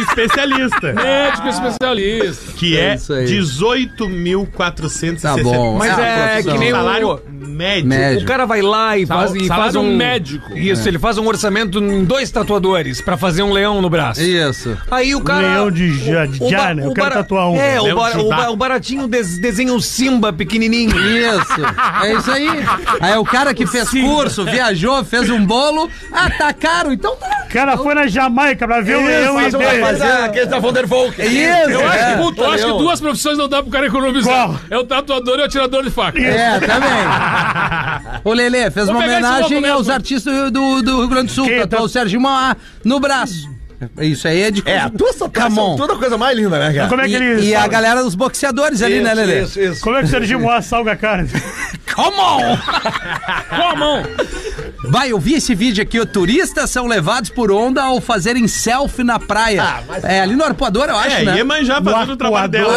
Speaker 3: [LAUGHS]
Speaker 8: especialista.
Speaker 6: Médico especialista.
Speaker 8: que
Speaker 3: É
Speaker 8: é,
Speaker 3: isso aí.
Speaker 8: 18.460.
Speaker 3: Tá bom,
Speaker 5: Mas
Speaker 3: Ah,
Speaker 5: é
Speaker 3: profissão.
Speaker 5: que nem
Speaker 8: salário
Speaker 5: o...
Speaker 8: médio.
Speaker 3: Médio.
Speaker 5: O cara vai lá e faz,
Speaker 6: Salário
Speaker 5: e faz um
Speaker 6: médico.
Speaker 5: Isso, ele faz um orçamento em dois tatuadores pra fazer um leão no braço.
Speaker 3: Isso.
Speaker 5: Aí o cara.
Speaker 7: Leão de Ja- de
Speaker 5: o- o ba-
Speaker 7: Já, né? Eu
Speaker 5: o
Speaker 7: quero
Speaker 5: bara-
Speaker 7: tatuar um.
Speaker 5: É, o,
Speaker 8: Leão
Speaker 5: bara-
Speaker 8: de
Speaker 5: o ba-
Speaker 8: Judá.
Speaker 5: o baratinho des- desenha um Simba pequenininho.
Speaker 3: Isso, é isso aí. Aí o cara que fez curso, viajou, fez um bolo. Ah, tá caro, então tá.
Speaker 7: O cara foi na Jamaica pra ver o leão e
Speaker 4: Mas vai
Speaker 7: ver.
Speaker 4: fazer aquele da Von der Volk.
Speaker 3: É Isso,
Speaker 6: Eu acho,
Speaker 3: é.
Speaker 6: puta, eu acho que duas profissões não dá pro cara economizar.
Speaker 7: Qual?
Speaker 6: É o tatuador e o atirador de faca.
Speaker 3: É, também. Ô, Lelê, fez
Speaker 6: Vou
Speaker 3: uma
Speaker 6: pegar esse
Speaker 3: homenagem
Speaker 6: louco
Speaker 3: aos
Speaker 6: mesmo.
Speaker 3: artistas do, do- do Rio Grande do Sul.
Speaker 7: Que
Speaker 3: Tatuou
Speaker 7: tá-
Speaker 3: o Serginho Mauá no braço. Isso aí é de
Speaker 4: É, a tua saturação
Speaker 3: Camon.
Speaker 4: toda a coisa mais linda, né, cara?
Speaker 7: Como é que ele.
Speaker 3: E, e a
Speaker 7: salga-
Speaker 3: galera dos boxeadores ali, né, Lelê?
Speaker 4: Isso, isso.
Speaker 7: Como é que o Serginho Moá salga
Speaker 3: [LAUGHS]
Speaker 7: a carne?
Speaker 3: Come on!
Speaker 6: Com a mão.
Speaker 3: Vai, eu vi esse vídeo aqui, ó. Turistas são levados por onda ao fazerem selfie na praia. É, ali no Arpoador, eu acho,
Speaker 8: É,
Speaker 3: né?
Speaker 8: Iemanjá fazendo o trabalho dela.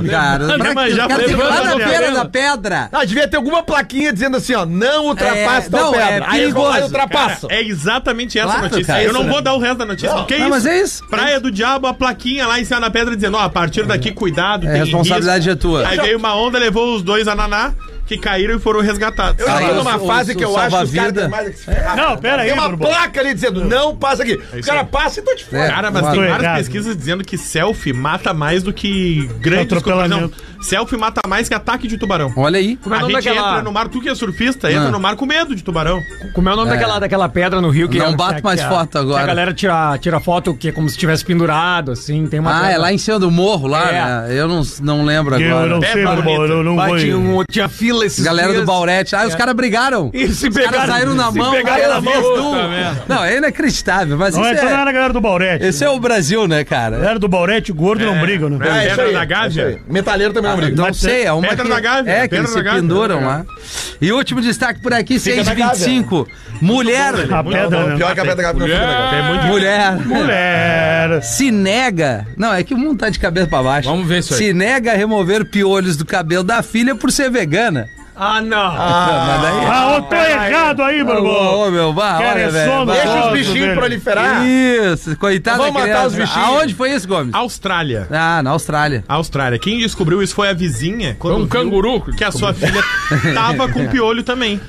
Speaker 8: né?
Speaker 3: Claro, cara. Pra,
Speaker 8: mas já
Speaker 3: o cara tem que ir lá
Speaker 8: levanta
Speaker 3: na
Speaker 8: a
Speaker 3: beira
Speaker 8: bandeira.
Speaker 3: da pedra.
Speaker 4: Ah, devia ter alguma plaquinha dizendo assim, ó, não ultrapasse
Speaker 3: É,
Speaker 4: tal
Speaker 3: não, é
Speaker 4: pedra. Aí eles vão lá e
Speaker 3: perigoso,
Speaker 4: ultrapassam.
Speaker 8: É exatamente essa
Speaker 3: Claro,
Speaker 8: notícia.
Speaker 3: cara,
Speaker 8: eu
Speaker 3: isso,
Speaker 8: não
Speaker 3: né?
Speaker 8: vou dar o resto da notícia. Não. Que
Speaker 3: Não,
Speaker 8: isso?
Speaker 3: mas é isso.
Speaker 8: Praia do Diabo, a plaquinha lá em cima da pedra dizendo, ó, a partir daqui, cuidado,
Speaker 3: É,
Speaker 8: tem
Speaker 3: responsabilidade
Speaker 8: risco.
Speaker 3: é tua.
Speaker 8: Aí veio uma onda, levou os dois a Naná, que caíram e foram resgatados.
Speaker 4: Eu já
Speaker 3: Ah,
Speaker 4: tô numa
Speaker 3: os-
Speaker 4: fase
Speaker 3: os-
Speaker 4: que
Speaker 3: os
Speaker 4: eu acho que os caras
Speaker 3: salva-vida.
Speaker 4: têm mais é que se ferrar.
Speaker 7: Não, pera aí,
Speaker 4: Tem uma
Speaker 7: Bruno.
Speaker 4: placa ali dizendo, não passa aqui. o
Speaker 8: isso
Speaker 4: cara
Speaker 8: aí.
Speaker 4: passa e tô de fora.
Speaker 3: É.
Speaker 8: Cara, mas
Speaker 3: Claro.
Speaker 8: tem
Speaker 7: Tô
Speaker 8: várias
Speaker 7: errado.
Speaker 8: pesquisas dizendo que selfie mata mais do que grandes
Speaker 7: Atropelamento.
Speaker 8: não, Selfie mata mais que ataque de tubarão.
Speaker 3: Olha aí.
Speaker 5: Como é o
Speaker 8: a
Speaker 5: nome
Speaker 8: gente
Speaker 5: daquela-
Speaker 8: entra no mar, tu que é surfista, entra
Speaker 3: Ah.
Speaker 8: no mar com medo de tubarão.
Speaker 5: Como é o nome daquela, daquela pedra no Rio que
Speaker 3: Não
Speaker 5: é-
Speaker 3: bato
Speaker 5: que
Speaker 3: mais
Speaker 5: a-
Speaker 3: foto
Speaker 5: que
Speaker 3: agora.
Speaker 5: A galera tira, tira foto que é como se tivesse pendurado, assim, tem uma.
Speaker 3: Ah,
Speaker 5: pedra.
Speaker 3: é lá em cima do morro, lá,
Speaker 5: É.
Speaker 3: né? Eu não, não lembro
Speaker 7: Eu não
Speaker 3: agora.
Speaker 7: sei, meu
Speaker 8: Pedra
Speaker 7: irmão. Eu não
Speaker 5: Bah,
Speaker 7: vou.
Speaker 5: tinha, um, tinha fila esses
Speaker 3: Galera do
Speaker 5: dias.
Speaker 3: Baurete. Ah, os caras brigaram.
Speaker 5: E se
Speaker 3: Os caras
Speaker 5: pegaram-
Speaker 3: saíram na
Speaker 5: se
Speaker 3: mão.
Speaker 5: pegaram
Speaker 3: ela
Speaker 5: na
Speaker 3: fez
Speaker 5: mão.
Speaker 3: tu.
Speaker 6: Puta merda.
Speaker 3: Não, é inacreditável, mas
Speaker 7: Não,
Speaker 3: isso
Speaker 7: então não
Speaker 3: é,
Speaker 7: era a galera do Baurete.
Speaker 3: esse é o Brasil, né, cara?
Speaker 7: Galera do Baurete, gordo não brigam, né?
Speaker 8: É,
Speaker 4: isso
Speaker 8: Pedra
Speaker 4: aí,
Speaker 8: da Gávea.
Speaker 4: é isso aí. Metalheiro também não briga.
Speaker 3: Não
Speaker 7: Mas
Speaker 3: sei, é uma
Speaker 8: Pedra
Speaker 3: que,
Speaker 8: da Gávea,
Speaker 3: é, que
Speaker 8: Pedra
Speaker 3: eles
Speaker 8: da
Speaker 3: se
Speaker 8: Gávea.
Speaker 3: penduram lá. E último destaque por aqui,
Speaker 4: na Gávea.
Speaker 3: 6h25. Mulher,
Speaker 7: A pedra, né?
Speaker 4: Pior que a pedra gata não fica legal.
Speaker 8: Tem muito
Speaker 3: mulher,
Speaker 7: Mulher.
Speaker 3: se nega... Não, é que o mundo tá de cabeça pra baixo.
Speaker 6: Vamos ver isso aí.
Speaker 3: Se nega a remover piolhos do cabelo da filha por ser vegana.
Speaker 5: Ah, não.
Speaker 3: Mas daí... é
Speaker 7: Ah, ô, tô errado aí, meu
Speaker 3: Ô,
Speaker 7: irmão.
Speaker 3: ô, meu, vá,
Speaker 7: Cara,
Speaker 3: olha,
Speaker 7: é
Speaker 3: velho.
Speaker 7: sono,
Speaker 3: vá.
Speaker 7: é
Speaker 4: Deixa os
Speaker 7: Gosto
Speaker 4: bichinhos
Speaker 7: dele.
Speaker 4: proliferar.
Speaker 3: Isso, coitada
Speaker 4: Vamos
Speaker 3: da
Speaker 4: matar
Speaker 3: criança.
Speaker 4: os bichinhos.
Speaker 3: Aonde foi isso, Gomes?
Speaker 8: Austrália.
Speaker 3: Ah, na Austrália.
Speaker 8: Austrália. Quem descobriu isso foi a vizinha. Quando
Speaker 6: Um
Speaker 8: viu
Speaker 6: canguru.
Speaker 8: Que a sua filha tava com piolho também.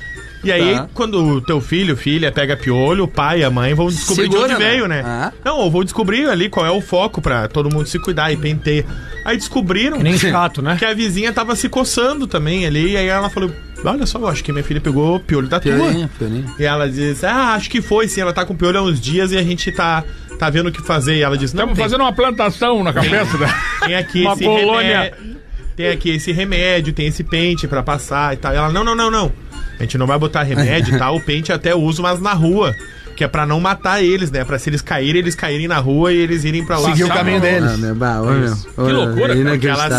Speaker 8: E aí,
Speaker 3: Tá.
Speaker 8: quando o teu filho, filha, pega piolho, o pai, a mãe vão descobrir de
Speaker 3: Segura,
Speaker 8: onde
Speaker 3: né?
Speaker 8: veio, né?
Speaker 3: Ah.
Speaker 8: Não, ou vão descobrir ali qual é o foco pra todo mundo se cuidar e penteia. Aí descobriram
Speaker 5: Nem chato, né?
Speaker 8: que a vizinha tava se coçando também ali. E aí ela falou: Olha só, eu acho que minha filha pegou piolho da tua.
Speaker 3: Piolinho, piolinho.
Speaker 8: E ela diz, ah, acho que foi, sim, ela tá com piolho há uns dias e a gente tá, tá vendo o que fazer. E ela diz, não,
Speaker 6: Estamos
Speaker 8: tem,
Speaker 6: fazendo uma plantação na cabeça da.
Speaker 8: tem aqui
Speaker 6: uma
Speaker 8: esse
Speaker 6: colônia.
Speaker 8: remédio, tem aqui esse remédio, tem esse pente pra passar e tal. E ela, não, não, não, não, a gente não vai botar remédio e tal, o pente eu até uso, mas na rua, que é pra não matar eles, né, pra se eles caírem, eles caírem na rua e eles irem pra lá.
Speaker 4: Seguir o
Speaker 8: Sabe?
Speaker 4: caminho deles.
Speaker 3: Ah, meu, bah, ô, meu. Ô,
Speaker 6: Que loucura,
Speaker 8: Porque ela se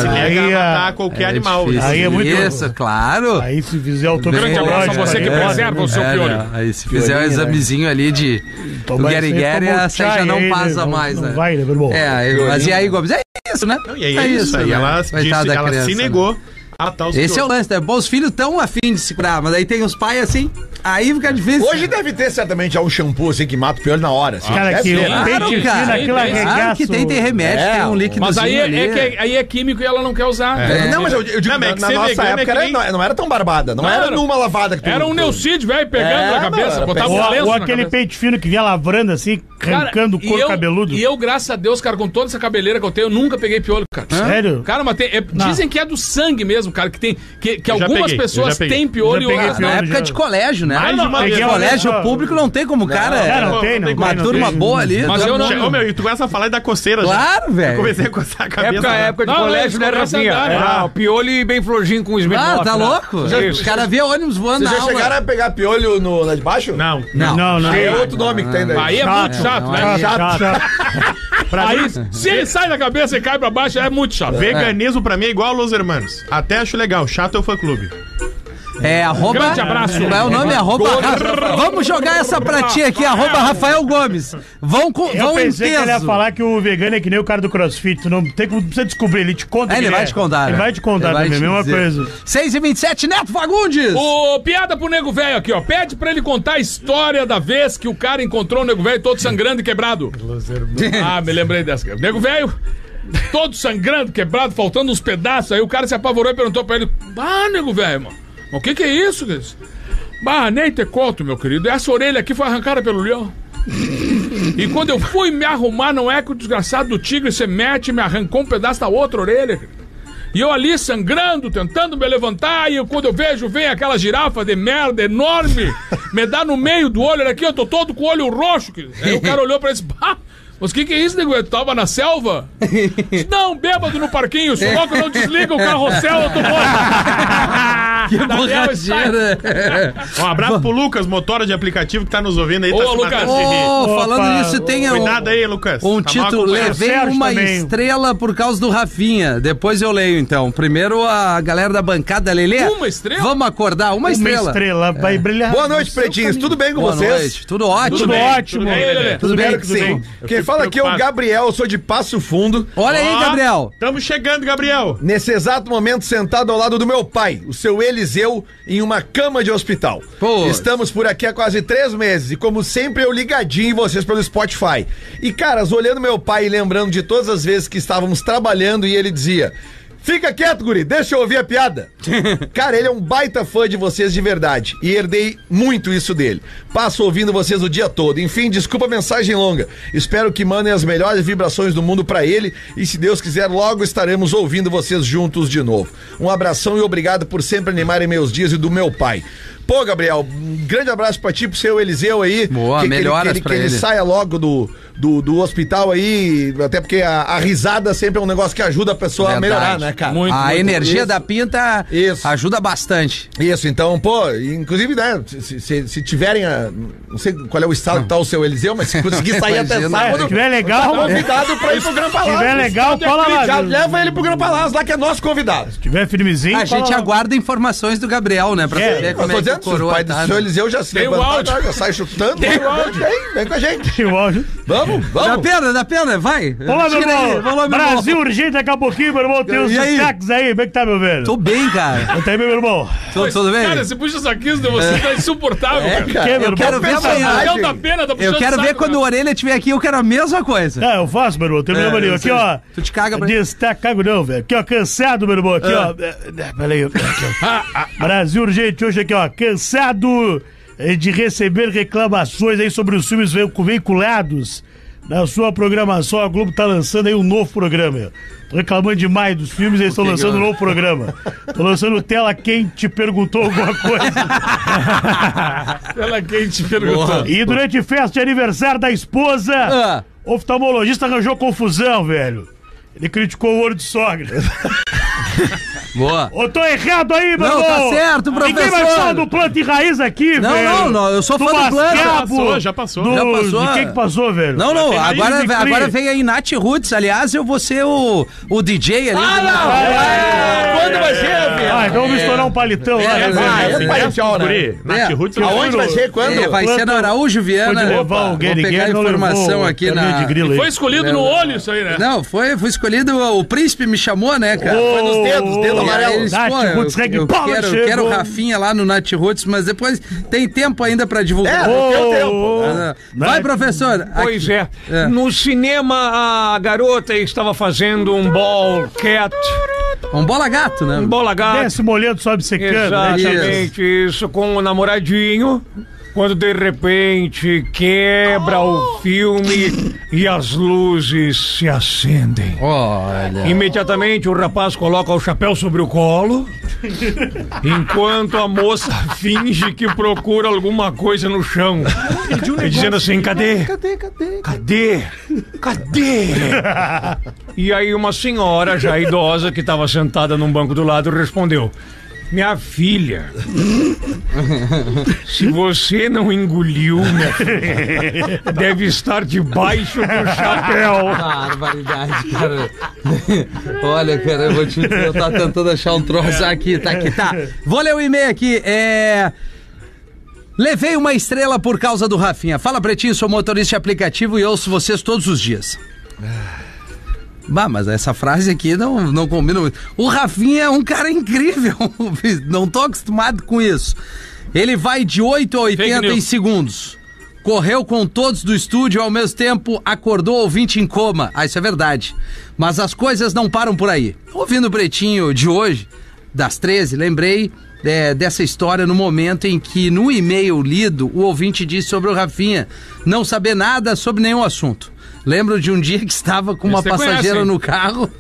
Speaker 3: inacreditável.
Speaker 8: nega a
Speaker 7: Aí,
Speaker 8: matar
Speaker 7: é-
Speaker 8: qualquer
Speaker 3: tá É
Speaker 8: animal. né?
Speaker 3: difícil.
Speaker 7: Aí é muito-
Speaker 3: Isso, claro. é,
Speaker 7: Aí se fizer o toque
Speaker 6: grande abraço a você que
Speaker 7: é
Speaker 6: preserva o seu piolho.
Speaker 3: não, Aí se fizer um examezinho ali de do
Speaker 7: Mas
Speaker 3: Gary
Speaker 7: você
Speaker 3: Gary,
Speaker 7: tomou
Speaker 3: essa aí
Speaker 7: chá
Speaker 3: já não
Speaker 7: aí, né?
Speaker 3: passa
Speaker 7: Não-
Speaker 3: mais,
Speaker 7: não
Speaker 3: né?
Speaker 7: vai, né, meu irmão?
Speaker 3: É, aí- mas e aí, Gomes? É isso, né?
Speaker 8: Não, e aí é isso, aí
Speaker 3: né?
Speaker 8: ela, disse,
Speaker 3: Coitada da
Speaker 8: ela se
Speaker 3: criança, né?
Speaker 8: negou a matar os
Speaker 3: Esse é o
Speaker 8: piolhos.
Speaker 3: lance, né? Bom, os filhos estão afim de se curar, mas aí tem os pais assim, aí fica difícil.
Speaker 4: Hoje deve ter certamente algum shampoo assim que mata o piolho na hora. Assim.
Speaker 7: Cara,
Speaker 4: Deve
Speaker 7: que
Speaker 4: ter,
Speaker 7: o
Speaker 4: né?
Speaker 7: pente
Speaker 3: Claro, cara.
Speaker 7: fino, aquilo
Speaker 6: Tem- tem-
Speaker 3: Claro que
Speaker 7: arregaço.
Speaker 3: tem, tem remédio,
Speaker 4: É,
Speaker 3: tem um líquido
Speaker 6: Mas aí é,
Speaker 3: ali.
Speaker 6: é que, aí é químico e ela não quer usar.
Speaker 3: É.
Speaker 4: Não, mas eu, eu digo,
Speaker 8: Não, mas é que
Speaker 4: na,
Speaker 8: ser
Speaker 4: na nossa
Speaker 8: vegano é
Speaker 4: época
Speaker 8: que
Speaker 4: era-
Speaker 8: nem-
Speaker 4: não, não era tão barbada. Não,
Speaker 6: Não
Speaker 4: era
Speaker 6: era.
Speaker 4: numa lavada que tu-
Speaker 6: Era um Neucid, velho, pegando
Speaker 4: É,
Speaker 6: na cabeça,
Speaker 4: mano,
Speaker 6: botava
Speaker 4: pegou.
Speaker 6: um
Speaker 7: Ou,
Speaker 6: lenço
Speaker 7: ou
Speaker 6: na
Speaker 7: aquele
Speaker 6: cabeça.
Speaker 7: pente fino que vinha lavrando assim,
Speaker 6: Cara,
Speaker 7: arrancando o
Speaker 6: e
Speaker 7: couro
Speaker 6: eu-
Speaker 7: cabeludo.
Speaker 6: E eu, graças a Deus, cara, com toda essa cabeleira que eu tenho, eu nunca peguei piolho, cara.
Speaker 7: Sério?
Speaker 6: Cara, mas tem- é- dizem que é do sangue mesmo, cara, que tem que, que algumas
Speaker 8: peguei, eu
Speaker 6: pessoas
Speaker 8: já peguei.
Speaker 6: têm piolho e
Speaker 7: Eu já peguei
Speaker 6: outras
Speaker 3: Na
Speaker 7: piolho.
Speaker 6: não.
Speaker 3: época de colégio, né?
Speaker 8: Mais de uma
Speaker 7: Peguei
Speaker 8: vez.
Speaker 7: uma vez.
Speaker 3: Colégio público não tem como o
Speaker 7: É,
Speaker 3: cara.
Speaker 7: não tem, não tem.
Speaker 3: Uma
Speaker 7: não
Speaker 3: turma
Speaker 7: tem.
Speaker 3: boa ali.
Speaker 6: Mas
Speaker 3: turma-
Speaker 6: eu não-
Speaker 8: Ô, meu, e tu começa a falar e dá coceira já.
Speaker 3: Claro, é.
Speaker 8: Eu
Speaker 3: velho.
Speaker 8: comecei a coçar a cabeça.
Speaker 5: Época,
Speaker 8: né?
Speaker 5: época de
Speaker 6: Não, não,
Speaker 5: colégio, né,
Speaker 6: eles começam
Speaker 5: Rafinha?
Speaker 6: a andar, né?
Speaker 5: Ah, o piolho bem flojinho com os
Speaker 3: Ah,
Speaker 5: menores,
Speaker 3: tá
Speaker 5: né?
Speaker 3: louco? Os
Speaker 5: Isso.
Speaker 3: caras vê ônibus voando
Speaker 4: Vocês
Speaker 3: na
Speaker 4: já chegaram
Speaker 3: aula.
Speaker 4: a pegar piolho no, lá de baixo?
Speaker 8: Não.
Speaker 3: Não.
Speaker 7: Não, não.
Speaker 4: É outro nome que tem daí.
Speaker 6: Aí é muito chato, né?
Speaker 7: Chato, chato.
Speaker 8: Pra
Speaker 6: Aí,
Speaker 8: mim,
Speaker 6: se ele sai da cabeça e cai pra baixo, é muito chato.
Speaker 8: veganismo pra mim é igual Los Hermanos. Até acho legal. Chato é o fã-clube.
Speaker 3: É, arroba.
Speaker 6: Grande abraço.
Speaker 3: Qual é o nome? Arroba. Rafa- Vamos jogar essa pra ti aqui, arroba Rafael Gomes. Vão, com,
Speaker 7: Eu
Speaker 3: vão
Speaker 7: pensei que ele ia
Speaker 3: intenso.
Speaker 7: falar que o vegano é que nem o cara do crossfit. Tu não tem como não precisa descobrir, ele te conta.
Speaker 3: É, ele
Speaker 7: quem
Speaker 3: vai
Speaker 7: é.
Speaker 3: te contar.
Speaker 7: Ele
Speaker 3: né?
Speaker 7: vai te contar
Speaker 3: Ele vai
Speaker 7: também,
Speaker 3: te
Speaker 7: mesma
Speaker 3: dizer.
Speaker 7: coisa.
Speaker 3: 6 e 27 Neto Fagundes.
Speaker 6: Ô, piada pro nego velho aqui, ó. Pede pra ele contar a história da vez que o cara encontrou o nego velho todo sangrando e quebrado. Ah, me lembrei dessa. cara. Nego velho, todo sangrando, quebrado, faltando uns pedaços. Aí o cara se apavorou e perguntou pra ele: Ah, nego velho, mano, mas o que que é isso? cara?" Bah, nem te conto, meu querido. Essa orelha aqui foi arrancada pelo leão. E quando eu fui me arrumar, não é que o desgraçado do tigre se mete e me arrancou um pedaço da outra orelha. cara. E eu ali sangrando, tentando me levantar, e eu- quando eu vejo, vem aquela girafa de merda enorme, me dá no meio do olho, olha aqui, eu tô todo com o olho roxo. que- Aí o cara olhou pra ele e disse, "Bah, mas o que, que é isso, nego? Eu tava na selva? Disse, não, bêbado no parquinho, se louco não desliga o carrossel, eu tô
Speaker 3: [LAUGHS]
Speaker 6: morto.
Speaker 3: Que
Speaker 6: Da
Speaker 3: borracheira.
Speaker 8: Um abraço pro Lucas, motora de aplicativo que tá nos ouvindo aí.
Speaker 6: Ô,
Speaker 8: tá se
Speaker 6: Lucas.
Speaker 8: matando de rir.
Speaker 3: Ô, falando
Speaker 7: Opa,
Speaker 3: nisso, tem um,
Speaker 8: Cuidado aí, Lucas.
Speaker 3: um
Speaker 8: Tá
Speaker 3: título.
Speaker 8: mal acompanhado.
Speaker 3: Levei
Speaker 7: Sérgio
Speaker 3: uma
Speaker 7: também.
Speaker 3: estrela por causa do Rafinha. Depois eu leio, então. Primeiro a galera da bancada, Lelê.
Speaker 6: Uma estrela?
Speaker 3: Vamos acordar, uma,
Speaker 7: Uma
Speaker 3: estrela. É.
Speaker 7: estrela vai brilhar.
Speaker 4: Boa noite, pretinhos. Tudo bem com
Speaker 3: Boa
Speaker 4: vocês?
Speaker 3: noite. Tudo ótimo.
Speaker 7: Tudo
Speaker 8: bem,
Speaker 7: ótimo.
Speaker 8: tudo bem, Lelê.
Speaker 3: Tudo bem?
Speaker 4: Espero que sim. Quem fala aqui é o
Speaker 8: preocupado.
Speaker 4: Gabriel, eu sou de Passo Fundo.
Speaker 3: Olha aí,
Speaker 8: Ó,
Speaker 3: Gabriel.
Speaker 8: Tamo chegando, Gabriel.
Speaker 4: Nesse exato momento, sentado ao lado do meu pai, o seu Eliseu, em uma cama de hospital.
Speaker 3: Pô.
Speaker 4: Estamos por aqui há quase três meses e, como sempre, eu ligadinho em vocês pelo Spotify. E, caras, olhando meu pai e lembrando de todas as vezes que estávamos trabalhando e ele dizia. Fica quieto, guri, deixa eu ouvir a piada. Cara, ele é um baita fã de vocês de verdade e herdei muito isso dele. Passo ouvindo vocês o dia todo. Enfim, desculpa a mensagem longa. Espero que mandem as melhores vibrações do mundo pra ele e se Deus quiser, logo estaremos ouvindo vocês juntos de novo. Um abração e obrigado por sempre animarem meus dias e do meu pai. Pô, Gabriel, um grande abraço pra ti, pro seu Eliseu aí.
Speaker 3: Boa,
Speaker 4: ele-
Speaker 3: melhoras
Speaker 4: ele,
Speaker 3: pra
Speaker 4: que
Speaker 3: ele.
Speaker 4: ele saia logo do, do, do hospital aí, até porque a, a risada sempre é um negócio que ajuda a pessoa
Speaker 3: Verdade.
Speaker 4: a melhorar, né, cara?
Speaker 6: Muito,
Speaker 3: a
Speaker 6: muito.
Speaker 3: energia
Speaker 4: Isso.
Speaker 3: da pinta
Speaker 4: Isso.
Speaker 3: ajuda bastante.
Speaker 4: Isso, então, pô, inclusive, né, se, se- se tiverem, a- não sei qual é o estado que tá o seu Eliseu, mas se conseguir
Speaker 3: [LAUGHS]
Speaker 4: sair até
Speaker 3: Imagina,
Speaker 4: sábado,
Speaker 7: Se tiver legal, se
Speaker 4: convidado pra ir pro Gran
Speaker 7: tiver
Speaker 4: Palácio.
Speaker 7: legal, cola lá.
Speaker 4: Já
Speaker 7: Se
Speaker 4: leva ele pro Gran Palácio, lá que é nosso convidado.
Speaker 7: tiver firmezinho,
Speaker 3: A gente
Speaker 7: cola lá.
Speaker 3: aguarda informações do Gabriel, né? Pra
Speaker 7: É,
Speaker 3: saber
Speaker 4: Eu
Speaker 3: como
Speaker 4: tô
Speaker 3: é que o
Speaker 4: dizendo, se o
Speaker 3: coroa
Speaker 4: pai do
Speaker 3: tá.
Speaker 4: seu Eliseu já se
Speaker 6: Tem o áudio.
Speaker 4: já, já sai chutando.
Speaker 6: Tem
Speaker 4: né?
Speaker 6: o áudio.
Speaker 4: Vem, vem com a gente.
Speaker 7: Tem o áudio.
Speaker 4: Vamos,
Speaker 3: Dá
Speaker 4: vamos.
Speaker 3: pena, dá pena, vai.
Speaker 7: Vamos lá, meu
Speaker 3: Tira aí,
Speaker 7: irmão.
Speaker 3: vamos lá, meu irmão.
Speaker 7: Brasil urgente daqui a pouquinho, meu irmão. Tem os
Speaker 3: E aí?
Speaker 7: destaques aí. Como é que tá, meu velho?
Speaker 3: Tô bem, cara.
Speaker 7: Tá aí, meu irmão.
Speaker 3: Tô, tudo bem?
Speaker 6: Cara, você puxa saquinho de você, tá insuportável,
Speaker 3: É, cara,
Speaker 6: cara.
Speaker 7: Que, meu
Speaker 3: eu
Speaker 7: irmão?
Speaker 3: quero ver
Speaker 4: Pensa
Speaker 3: amanhã.
Speaker 4: mais.
Speaker 6: Não dá pena, tá puxando
Speaker 3: Eu quero
Speaker 6: saco,
Speaker 3: ver quando o
Speaker 6: cara.
Speaker 3: Orelha estiver aqui, eu quero a mesma coisa.
Speaker 7: Tá, eu faço, meu irmão. Tem
Speaker 3: É,
Speaker 7: meu irmão.
Speaker 3: eu
Speaker 7: Aqui,
Speaker 3: sei.
Speaker 7: ó.
Speaker 3: Tu te caga pra-
Speaker 7: Destaca, cago não, velho. Aqui, ó. Cansado, meu irmão. Aqui, ó. É, é, Peraí. aqui, ó. Brasil urgente hoje aqui, ó. Cansado eh, de receber reclamações aí sobre os filmes veicu- veiculados. Na sua programação, a Globo tá lançando aí um novo programa. meu. Tô reclamando demais dos filmes, eles estão lançando um novo programa. Tô lançando tela quem te perguntou alguma coisa.
Speaker 6: Ela quente perguntou.
Speaker 3: Porra.
Speaker 7: E durante festa de aniversário da esposa,
Speaker 3: Ah.
Speaker 7: oftalmologista arranjou confusão, velho. Ele criticou o ouro de sogra.
Speaker 3: Boa.
Speaker 7: Ô, tô errado aí, meu
Speaker 3: Não,
Speaker 7: irmão.
Speaker 3: tá certo,
Speaker 7: Ninguém vai
Speaker 3: professor.
Speaker 7: falar do planta e raiz aqui,
Speaker 3: Não,
Speaker 7: velho.
Speaker 3: não, não, eu sou
Speaker 7: Do
Speaker 3: fã do planta.
Speaker 7: Mascabo,
Speaker 8: Já passou, já passou.
Speaker 7: Do...
Speaker 3: Já passou.
Speaker 7: De quem que passou, velho?
Speaker 3: Não, não,
Speaker 7: Tem raiz
Speaker 3: agora,
Speaker 7: de cria.
Speaker 3: agora vem aí Nath Roots. Aliás, eu vou ser o, o DJ ali. do-
Speaker 4: Quando vai ser,
Speaker 7: Ah,
Speaker 4: Rafinha?
Speaker 7: então vamos estourar um palitão lá.
Speaker 3: É,
Speaker 7: né,
Speaker 3: vai,
Speaker 7: velho?
Speaker 4: é
Speaker 8: Esse
Speaker 4: pai
Speaker 8: resto,
Speaker 4: tchau, né?
Speaker 8: guri, Nath
Speaker 3: É.
Speaker 8: Roots,
Speaker 4: Aonde
Speaker 8: eu-
Speaker 4: vai ser? Quando?
Speaker 3: É, vai ser na Araújo Viana.
Speaker 7: Pode levar
Speaker 3: Opa,
Speaker 7: o
Speaker 3: vou
Speaker 7: Guerreiro,
Speaker 3: pegar a
Speaker 7: não levou
Speaker 3: informação
Speaker 7: o
Speaker 3: aqui
Speaker 7: caminho
Speaker 3: na...
Speaker 7: de grilo aí.
Speaker 6: Foi escolhido no olho isso aí, né?
Speaker 3: Não, foi, foi escolhido o príncipe me chamou, né, cara?
Speaker 7: Ô,
Speaker 3: Foi no-
Speaker 4: nos dedos, dedo
Speaker 7: ô,
Speaker 4: amarelo.
Speaker 3: Eles,
Speaker 7: Nath
Speaker 3: pô, eu-
Speaker 7: Roots, Reggae
Speaker 3: eu
Speaker 7: Power
Speaker 3: quero, eu
Speaker 7: chegou.
Speaker 3: quero o Rafinha lá no Nath Roots, mas depois tem tempo ainda pra divulgar.
Speaker 4: É. Tem o
Speaker 7: Ô,
Speaker 4: tempo,
Speaker 7: ô, ô.
Speaker 3: Ah, Vai, professor. Aqui.
Speaker 5: Pois é.
Speaker 3: É.
Speaker 5: No cinema, a garota estava fazendo um ball cat,
Speaker 3: Um bola gato, né?
Speaker 5: um bola gato.
Speaker 7: né, Desce molhando, sobe secando. né?
Speaker 5: Exatamente, isso, com o namoradinho. Quando de repente quebra o filme e as luzes se acendem.
Speaker 3: Olha.
Speaker 5: Imediatamente o rapaz coloca o chapéu sobre o colo, enquanto a moça finge que procura alguma coisa no chão. e dizendo assim: cadê? Cadê? Cadê? Cadê? [LAUGHS] E aí uma senhora já idosa que estava sentada num banco do lado respondeu: Minha filha, se você não engoliu, minha [LAUGHS] filha, deve estar debaixo do chapéu.
Speaker 3: Barbaridade, cara. Olha, cara, [LAUGHS] eu vou te dizer, eu tava tentando achar um troço aqui, tá aqui, tá. Vou ler o e-mail aqui, é... Levei uma estrela por causa do Rafinha. Fala, Pretinho, sou motorista de aplicativo e ouço vocês todos os dias. Bah, mas essa frase aqui não, não combina muito. O Rafinha é um cara incrível. [LAUGHS] Não tô acostumado com isso. Ele vai de 8 a 80 em
Speaker 6: news.
Speaker 3: segundos. Correu com todos do estúdio ao mesmo tempo, acordou ouvinte em coma. Ah, isso é verdade. Mas as coisas não param por aí. Ouvindo o Pretinho de hoje, das 13, lembrei é, dessa história no momento em que, no e-mail lido, o ouvinte disse sobre o Rafinha não saber nada sobre nenhum assunto. Lembro de um dia que estava com uma
Speaker 6: Eles te
Speaker 3: passageira
Speaker 6: conhecem.
Speaker 3: no carro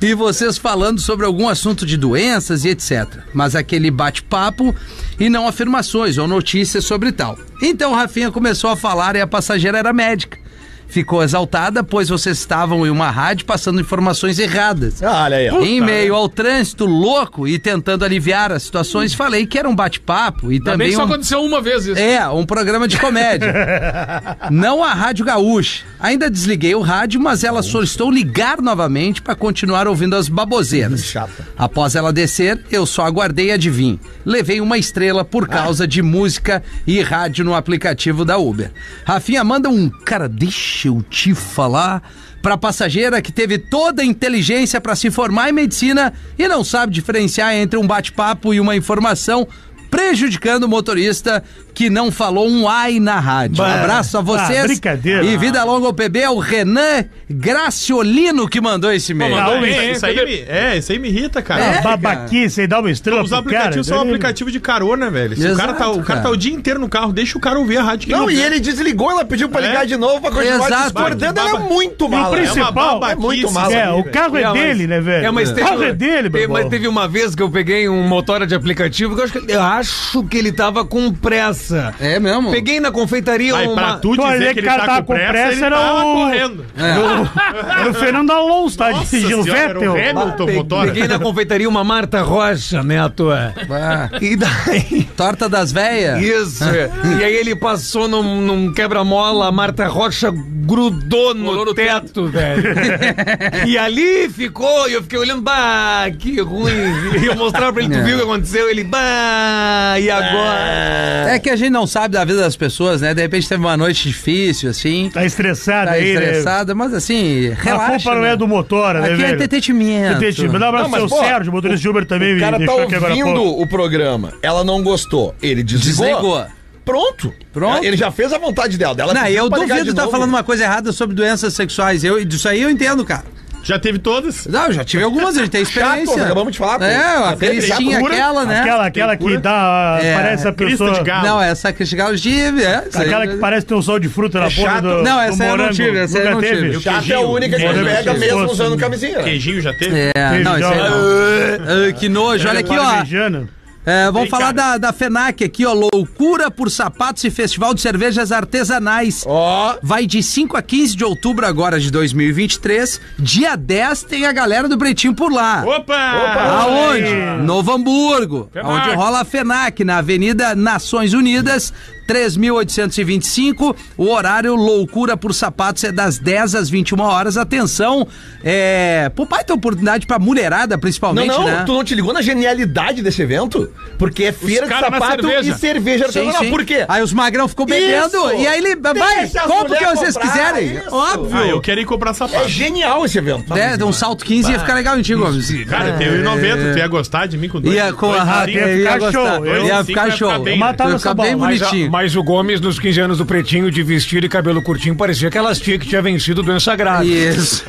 Speaker 3: e vocês falando sobre algum assunto de doenças e etc. Mas aquele bate-papo e não afirmações ou notícias sobre tal. Então Rafinha começou a falar e a passageira era médica. Ficou exaltada, pois vocês estavam em uma rádio passando informações erradas.
Speaker 4: Ah, olha aí, ó.
Speaker 3: Em meio ao trânsito louco e tentando aliviar as situações, falei que era um bate-papo e
Speaker 6: Também
Speaker 3: também
Speaker 6: só
Speaker 3: um...
Speaker 6: aconteceu uma vez isso.
Speaker 3: É, um programa de
Speaker 6: [LAUGHS]
Speaker 3: comédia. Não a Rádio Gaúcha. Ainda desliguei o rádio, mas ela solicitou ligar novamente para continuar ouvindo as baboseiras.
Speaker 4: chata.
Speaker 3: Após ela descer, eu só aguardei e adivinhe. Levei uma estrela por causa de música e rádio no aplicativo da Uber. Rafinha manda um cara, deixa eu te falar. Pra passageira que teve toda a inteligência para se formar em medicina e não sabe diferenciar entre um bate-papo e uma informação, prejudicando o motorista que não falou um ai na rádio.
Speaker 7: Bah,
Speaker 3: Abraço a vocês.
Speaker 7: ah, brincadeira.
Speaker 3: E vida longa ao PB, é o Renan Graciolino que mandou esse e-mail.
Speaker 8: Não,
Speaker 5: Raul,
Speaker 8: isso,
Speaker 5: hein,
Speaker 8: isso aí me, é, isso aí me irrita, cara.
Speaker 3: É, cara.
Speaker 7: Babaquice, aí dá uma estrela
Speaker 8: Os
Speaker 7: pro cara.
Speaker 8: aplicativos são um aplicativo de carona, velho. Se o, cara tá,
Speaker 3: Exato,
Speaker 8: o cara tá
Speaker 3: cara.
Speaker 8: o dia inteiro no carro, deixa o cara ouvir a rádio. que
Speaker 4: Não, e
Speaker 8: ouve.
Speaker 4: ele desligou, ela pediu pra ligar
Speaker 8: É.
Speaker 4: de novo pra continuar
Speaker 3: Exato.
Speaker 4: discordando. Ela é
Speaker 8: Baba-
Speaker 4: muito
Speaker 7: E o
Speaker 4: mala.
Speaker 8: É uma
Speaker 7: principal...
Speaker 8: babaquice,
Speaker 4: muito mala.
Speaker 7: É,
Speaker 8: ali,
Speaker 7: o carro é
Speaker 5: É, mas-
Speaker 7: dele, né, velho?
Speaker 5: É, mas
Speaker 7: o carro é dele, meu
Speaker 5: Teve-
Speaker 7: irmão.
Speaker 5: Mas teve uma vez que eu peguei um motora de aplicativo que eu acho que, eu acho que ele tava com pressa.
Speaker 3: É mesmo?
Speaker 5: Peguei na confeitaria
Speaker 8: Aí,
Speaker 5: uma...
Speaker 8: pra tu
Speaker 7: Então, ali
Speaker 8: dizer que ele tá, com pressa, ele
Speaker 7: era
Speaker 8: tá
Speaker 7: o-
Speaker 8: correndo.
Speaker 3: É.
Speaker 7: Era o Fernando Alonso, tá? [LAUGHS]
Speaker 8: Nossa
Speaker 7: Dirigiu o
Speaker 8: senhora, era
Speaker 7: Vettel.
Speaker 8: o Hamilton,
Speaker 5: Pe-
Speaker 8: motora.
Speaker 5: Peguei na confeitaria uma Marta Rocha, Neto. é.
Speaker 3: Ah, [LAUGHS]
Speaker 5: E daí...
Speaker 3: torta das véias?
Speaker 5: Isso. é. e aí ele passou num, num quebra-mola, a Marta Rocha grudou no
Speaker 6: Colou no
Speaker 5: teto, velho. e ali ficou, e eu fiquei olhando, bah, que ruim. E eu mostrava pra ele, tu viu o que aconteceu? Ele, bah, e agora?
Speaker 3: É que a gente não sabe da vida das pessoas, né? De repente teve uma noite difícil, assim,
Speaker 7: Tá estressado
Speaker 3: tá
Speaker 7: aí, né?
Speaker 3: estressada, mas assim,
Speaker 7: A culpa
Speaker 3: relaxa.
Speaker 7: não é
Speaker 3: né?
Speaker 7: do motora, né,
Speaker 3: Aqui é
Speaker 7: velho?
Speaker 3: entretenimento.
Speaker 7: Detetive. Dá um abraço
Speaker 4: Não, mas,
Speaker 7: pro seu
Speaker 4: pô,
Speaker 7: Sérgio, motorista de Uber também.
Speaker 4: O cara
Speaker 7: me
Speaker 4: tá
Speaker 7: deixou aqui agora há
Speaker 4: ouvindo
Speaker 7: pouco.
Speaker 4: o programa, ela não gostou, ele desligou.
Speaker 3: Desligou.
Speaker 4: Pronto.
Speaker 3: Pronto.
Speaker 4: Ele já fez a vontade dela. Ela
Speaker 3: Não,
Speaker 4: pediu
Speaker 3: eu
Speaker 4: pra ligar
Speaker 3: duvido
Speaker 4: de
Speaker 3: tá
Speaker 4: novo.
Speaker 3: falando uma coisa errada sobre doenças sexuais. Eu, isso aí eu entendo, cara.
Speaker 8: Já teve todas?
Speaker 3: Não, eu já tive algumas, a gente tem experiência.
Speaker 4: Chato, acabamos de falar, pô.
Speaker 3: É, a
Speaker 4: Tá sempre
Speaker 3: Cristinha
Speaker 4: chato.
Speaker 3: aquela, né?
Speaker 7: Aquela, aquela que dá.
Speaker 3: É,
Speaker 7: Parece a
Speaker 8: Crista
Speaker 7: pessoa.
Speaker 8: de galo.
Speaker 3: Não, é essa Cristinha eu tive, é. isso aí.
Speaker 7: Aquela que parece ter um sol de fruta na porra
Speaker 8: chato.
Speaker 7: do.
Speaker 3: Não,
Speaker 7: do
Speaker 3: essa eu não
Speaker 7: morango.
Speaker 3: tive, essa eu
Speaker 7: Nunca
Speaker 3: não
Speaker 7: teve.
Speaker 3: tive.
Speaker 4: Chata é a única que
Speaker 7: Queijinho.
Speaker 4: ele pega
Speaker 7: Queijinho.
Speaker 4: mesmo
Speaker 7: Queijinho.
Speaker 4: usando camisinha.
Speaker 8: Queijinho já teve?
Speaker 3: É, não, isso aí
Speaker 7: já.
Speaker 3: não. Ah, que nojo, olha aqui, ó.
Speaker 7: Parmejana.
Speaker 3: É, vamos
Speaker 8: Ei,
Speaker 3: falar da,
Speaker 8: cara.
Speaker 3: da FENAC aqui, ó. Loucura por sapatos e festival de cervejas artesanais.
Speaker 4: Ó,
Speaker 3: Vai de 5 a 15 de outubro agora de 2023. Dia 10 tem a galera do Pretinho por lá.
Speaker 8: Opa!
Speaker 3: Aonde? Novo Hamburgo, onde rola a FENAC, na Avenida Nações Unidas, 3.825. O horário Loucura por Sapatos é das 10 às 21 horas. Atenção, é... Pô, pai, tem oportunidade pra mulherada,
Speaker 4: não,
Speaker 3: principalmente,
Speaker 4: não,
Speaker 3: né?
Speaker 4: tu não te ligou na genialidade desse evento? Porque é feira de
Speaker 6: caras na
Speaker 4: sapato
Speaker 6: cerveja.
Speaker 4: e cerveja
Speaker 3: Sim,
Speaker 4: artesanal.
Speaker 3: sim.
Speaker 4: tá Por quê?
Speaker 3: Aí os magrão ficam bebendo
Speaker 4: Isso!
Speaker 3: e aí ele vai,
Speaker 4: Deixa as
Speaker 3: compra o que
Speaker 4: mulher
Speaker 3: vocês
Speaker 4: comprar,
Speaker 3: quiserem.
Speaker 4: isso!
Speaker 3: Óbvio.
Speaker 8: Ah, eu quero ir comprar
Speaker 4: É
Speaker 8: sapato.
Speaker 4: genial esse evento.
Speaker 3: Né, um salto 15 ia ficar legal em ti, Gomes.
Speaker 8: Cara, tem 1,90. Tu ia gostar de mim com dois?
Speaker 3: Ia com a
Speaker 8: dois
Speaker 3: Rafa,
Speaker 8: carinhos?
Speaker 3: ia
Speaker 7: ficar
Speaker 3: gostar.
Speaker 7: show, eu
Speaker 3: Ia
Speaker 8: cinco
Speaker 3: ficar
Speaker 8: ia ficar
Speaker 3: show.
Speaker 8: bem,
Speaker 7: né?
Speaker 3: Ia ficar bem
Speaker 7: Mas já-
Speaker 3: bonitinho.
Speaker 5: Mas o Gomes, nos 15 anos do Pretinho, de vestido e cabelo curtinho, parecia que elas tinha que tinha vencido doença grave.
Speaker 3: Isso.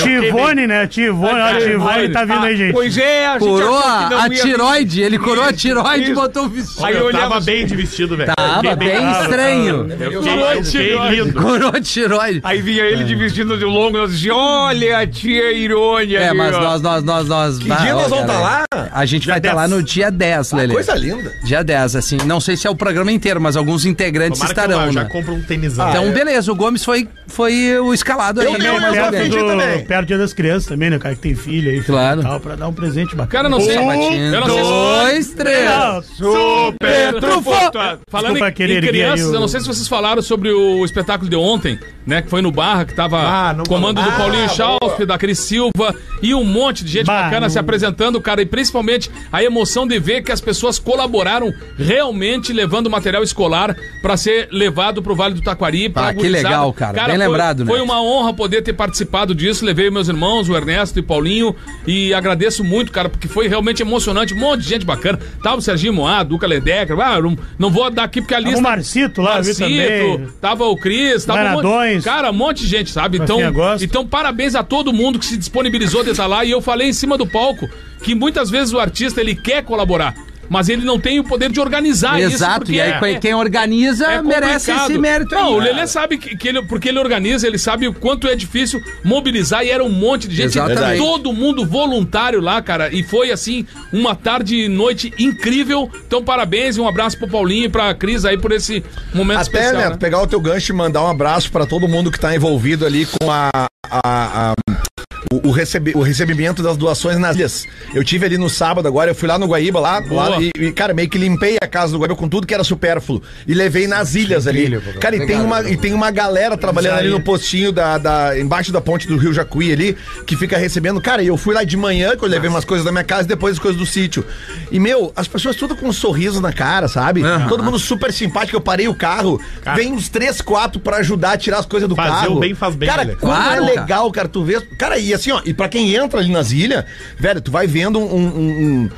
Speaker 7: Tivone, né? Tivone, ó, Tivone tá vindo aí, gente.
Speaker 5: Pois é, a gente
Speaker 3: Curou
Speaker 5: achou que não
Speaker 3: a, a
Speaker 5: ia-
Speaker 3: tiroide. Ele curou a tiroide e botou um o vestido.
Speaker 5: Aí
Speaker 8: eu
Speaker 5: olhava
Speaker 8: tava
Speaker 5: assim-
Speaker 8: bem de vestido, velho.
Speaker 3: Tava
Speaker 8: Fiquei
Speaker 3: bem estranho.
Speaker 8: Eu fiquei, eu fiquei lindo.
Speaker 3: Curou a tiroide.
Speaker 5: Aí vinha ele
Speaker 7: É.
Speaker 5: de vestido de longo, nós dizia, olha a tia Irônia.
Speaker 3: É,
Speaker 5: ali,
Speaker 3: mas
Speaker 5: ó."
Speaker 3: nós, nós, nós, nós. Que
Speaker 4: dia nós vamos tá lá?
Speaker 3: A gente vai estar lá no dia 10, Lele.
Speaker 4: Coisa linda.
Speaker 3: Dia 10, assim. Não sei se é o programa inteiro, mas alguns integrantes
Speaker 8: Tomara que eu
Speaker 3: estarão,
Speaker 8: já
Speaker 3: né?
Speaker 8: compro um tenisão.
Speaker 3: Então, beleza, o Gomes foi, foi o escalado aí,
Speaker 4: tenho
Speaker 3: né?
Speaker 4: um
Speaker 3: Mais ou
Speaker 4: desafio
Speaker 3: menos.
Speaker 4: de-
Speaker 7: Perto
Speaker 4: também.
Speaker 7: do, perto do dia das crianças também, né, cara? Que tem filho aí. filho
Speaker 3: Claro.
Speaker 7: e Tal, pra dar um presente bacana.
Speaker 6: Cara, não sei.
Speaker 3: Sapatinho.
Speaker 6: Eu não sei se-
Speaker 3: Dois, três.
Speaker 7: Não,
Speaker 5: Super trufo.
Speaker 6: Falando
Speaker 7: Desculpa,
Speaker 6: em,
Speaker 7: querer
Speaker 6: em
Speaker 7: erguer aí
Speaker 6: crianças,
Speaker 7: o-
Speaker 6: eu não sei se vocês falaram sobre o espetáculo de ontem, né? Que foi no Barra, que tava
Speaker 8: Ah, não
Speaker 6: comando do
Speaker 8: falou.
Speaker 6: Paulinho Schauf, da Cris Silva e um monte de gente
Speaker 7: Bah,
Speaker 6: bacana
Speaker 7: não-
Speaker 6: se apresentando, cara. E principalmente a emoção de ver que as pessoas colaboraram realmente levando material escolar pra ser levado pro Vale do Taquari. pra
Speaker 3: Ah, que
Speaker 6: gurizada.
Speaker 3: legal, cara. Bem
Speaker 6: foi,
Speaker 3: lembrado, né?
Speaker 6: Foi uma honra poder ter participado disso. Levei meus irmãos, o Ernesto e o Paulinho, e agradeço muito, cara, porque foi realmente emocionante. Um monte de gente bacana. Tava o Serginho Moá, Duca Ledecker. Ah, não, não vou dar aqui porque a lista. tá
Speaker 7: o Marcito lá, eu vi também.
Speaker 6: tava o Cris, tava um monte,
Speaker 7: Varadões.
Speaker 6: Cara, um monte de gente, sabe? Então,
Speaker 7: Rafinha Gosta.
Speaker 6: então, parabéns a todo mundo que se disponibilizou de estar lá. E eu falei em cima do palco que muitas vezes o artista ele quer colaborar, mas ele não tem o poder de organizar isso.
Speaker 3: Exato,
Speaker 6: porque
Speaker 3: e aí
Speaker 6: é-
Speaker 3: quem- quem organiza
Speaker 6: é
Speaker 3: Ah, merece
Speaker 6: complicado.
Speaker 3: esse mérito
Speaker 6: Não,
Speaker 3: aí. É.
Speaker 6: o Lelê é sabe que, que ele, porque ele organiza, ele sabe o quanto é difícil mobilizar e era um monte de gente.
Speaker 3: Exatamente.
Speaker 6: Todo mundo voluntário lá, cara. E foi assim, uma tarde e noite incrível. Então, parabéns e um abraço pro Paulinho e pra Cris aí por esse momento
Speaker 4: Até,
Speaker 6: especial.
Speaker 4: Neto,
Speaker 6: né?
Speaker 4: pegar o teu gancho e mandar um abraço pra todo mundo que tá envolvido ali com a. a- a- o, o recebe- o recebimento das doações nas ilhas. Eu tive ali no sábado agora, eu fui lá no Guaíba, lá,
Speaker 6: Boa.
Speaker 4: lá e, e, cara, meio que limpei a casa do Guaíba com tudo que era supérfluo. E levei nas ilhas ali. Cara, e tem, uma, e tem uma galera trabalhando ali no postinho da, da- embaixo da ponte do Rio Jacuí ali, que fica recebendo. Cara, e eu fui lá de manhã, que eu levei umas coisas da minha casa e depois as coisas do sítio. E, meu, as pessoas tudo com um sorriso na cara, sabe? Todo mundo super simpático. Eu parei o carro, vem uns três, quatro pra ajudar a tirar as coisas do
Speaker 8: Fazer
Speaker 4: carro.
Speaker 8: o bem faz bem,
Speaker 4: Cara,
Speaker 8: né?
Speaker 4: como
Speaker 3: Claro,
Speaker 4: é
Speaker 3: cara.
Speaker 4: legal, cara, tu vê. Cara, e assim, ó, e pra quem entra ali nas ilhas, velho, tu vai vendo um, um, um-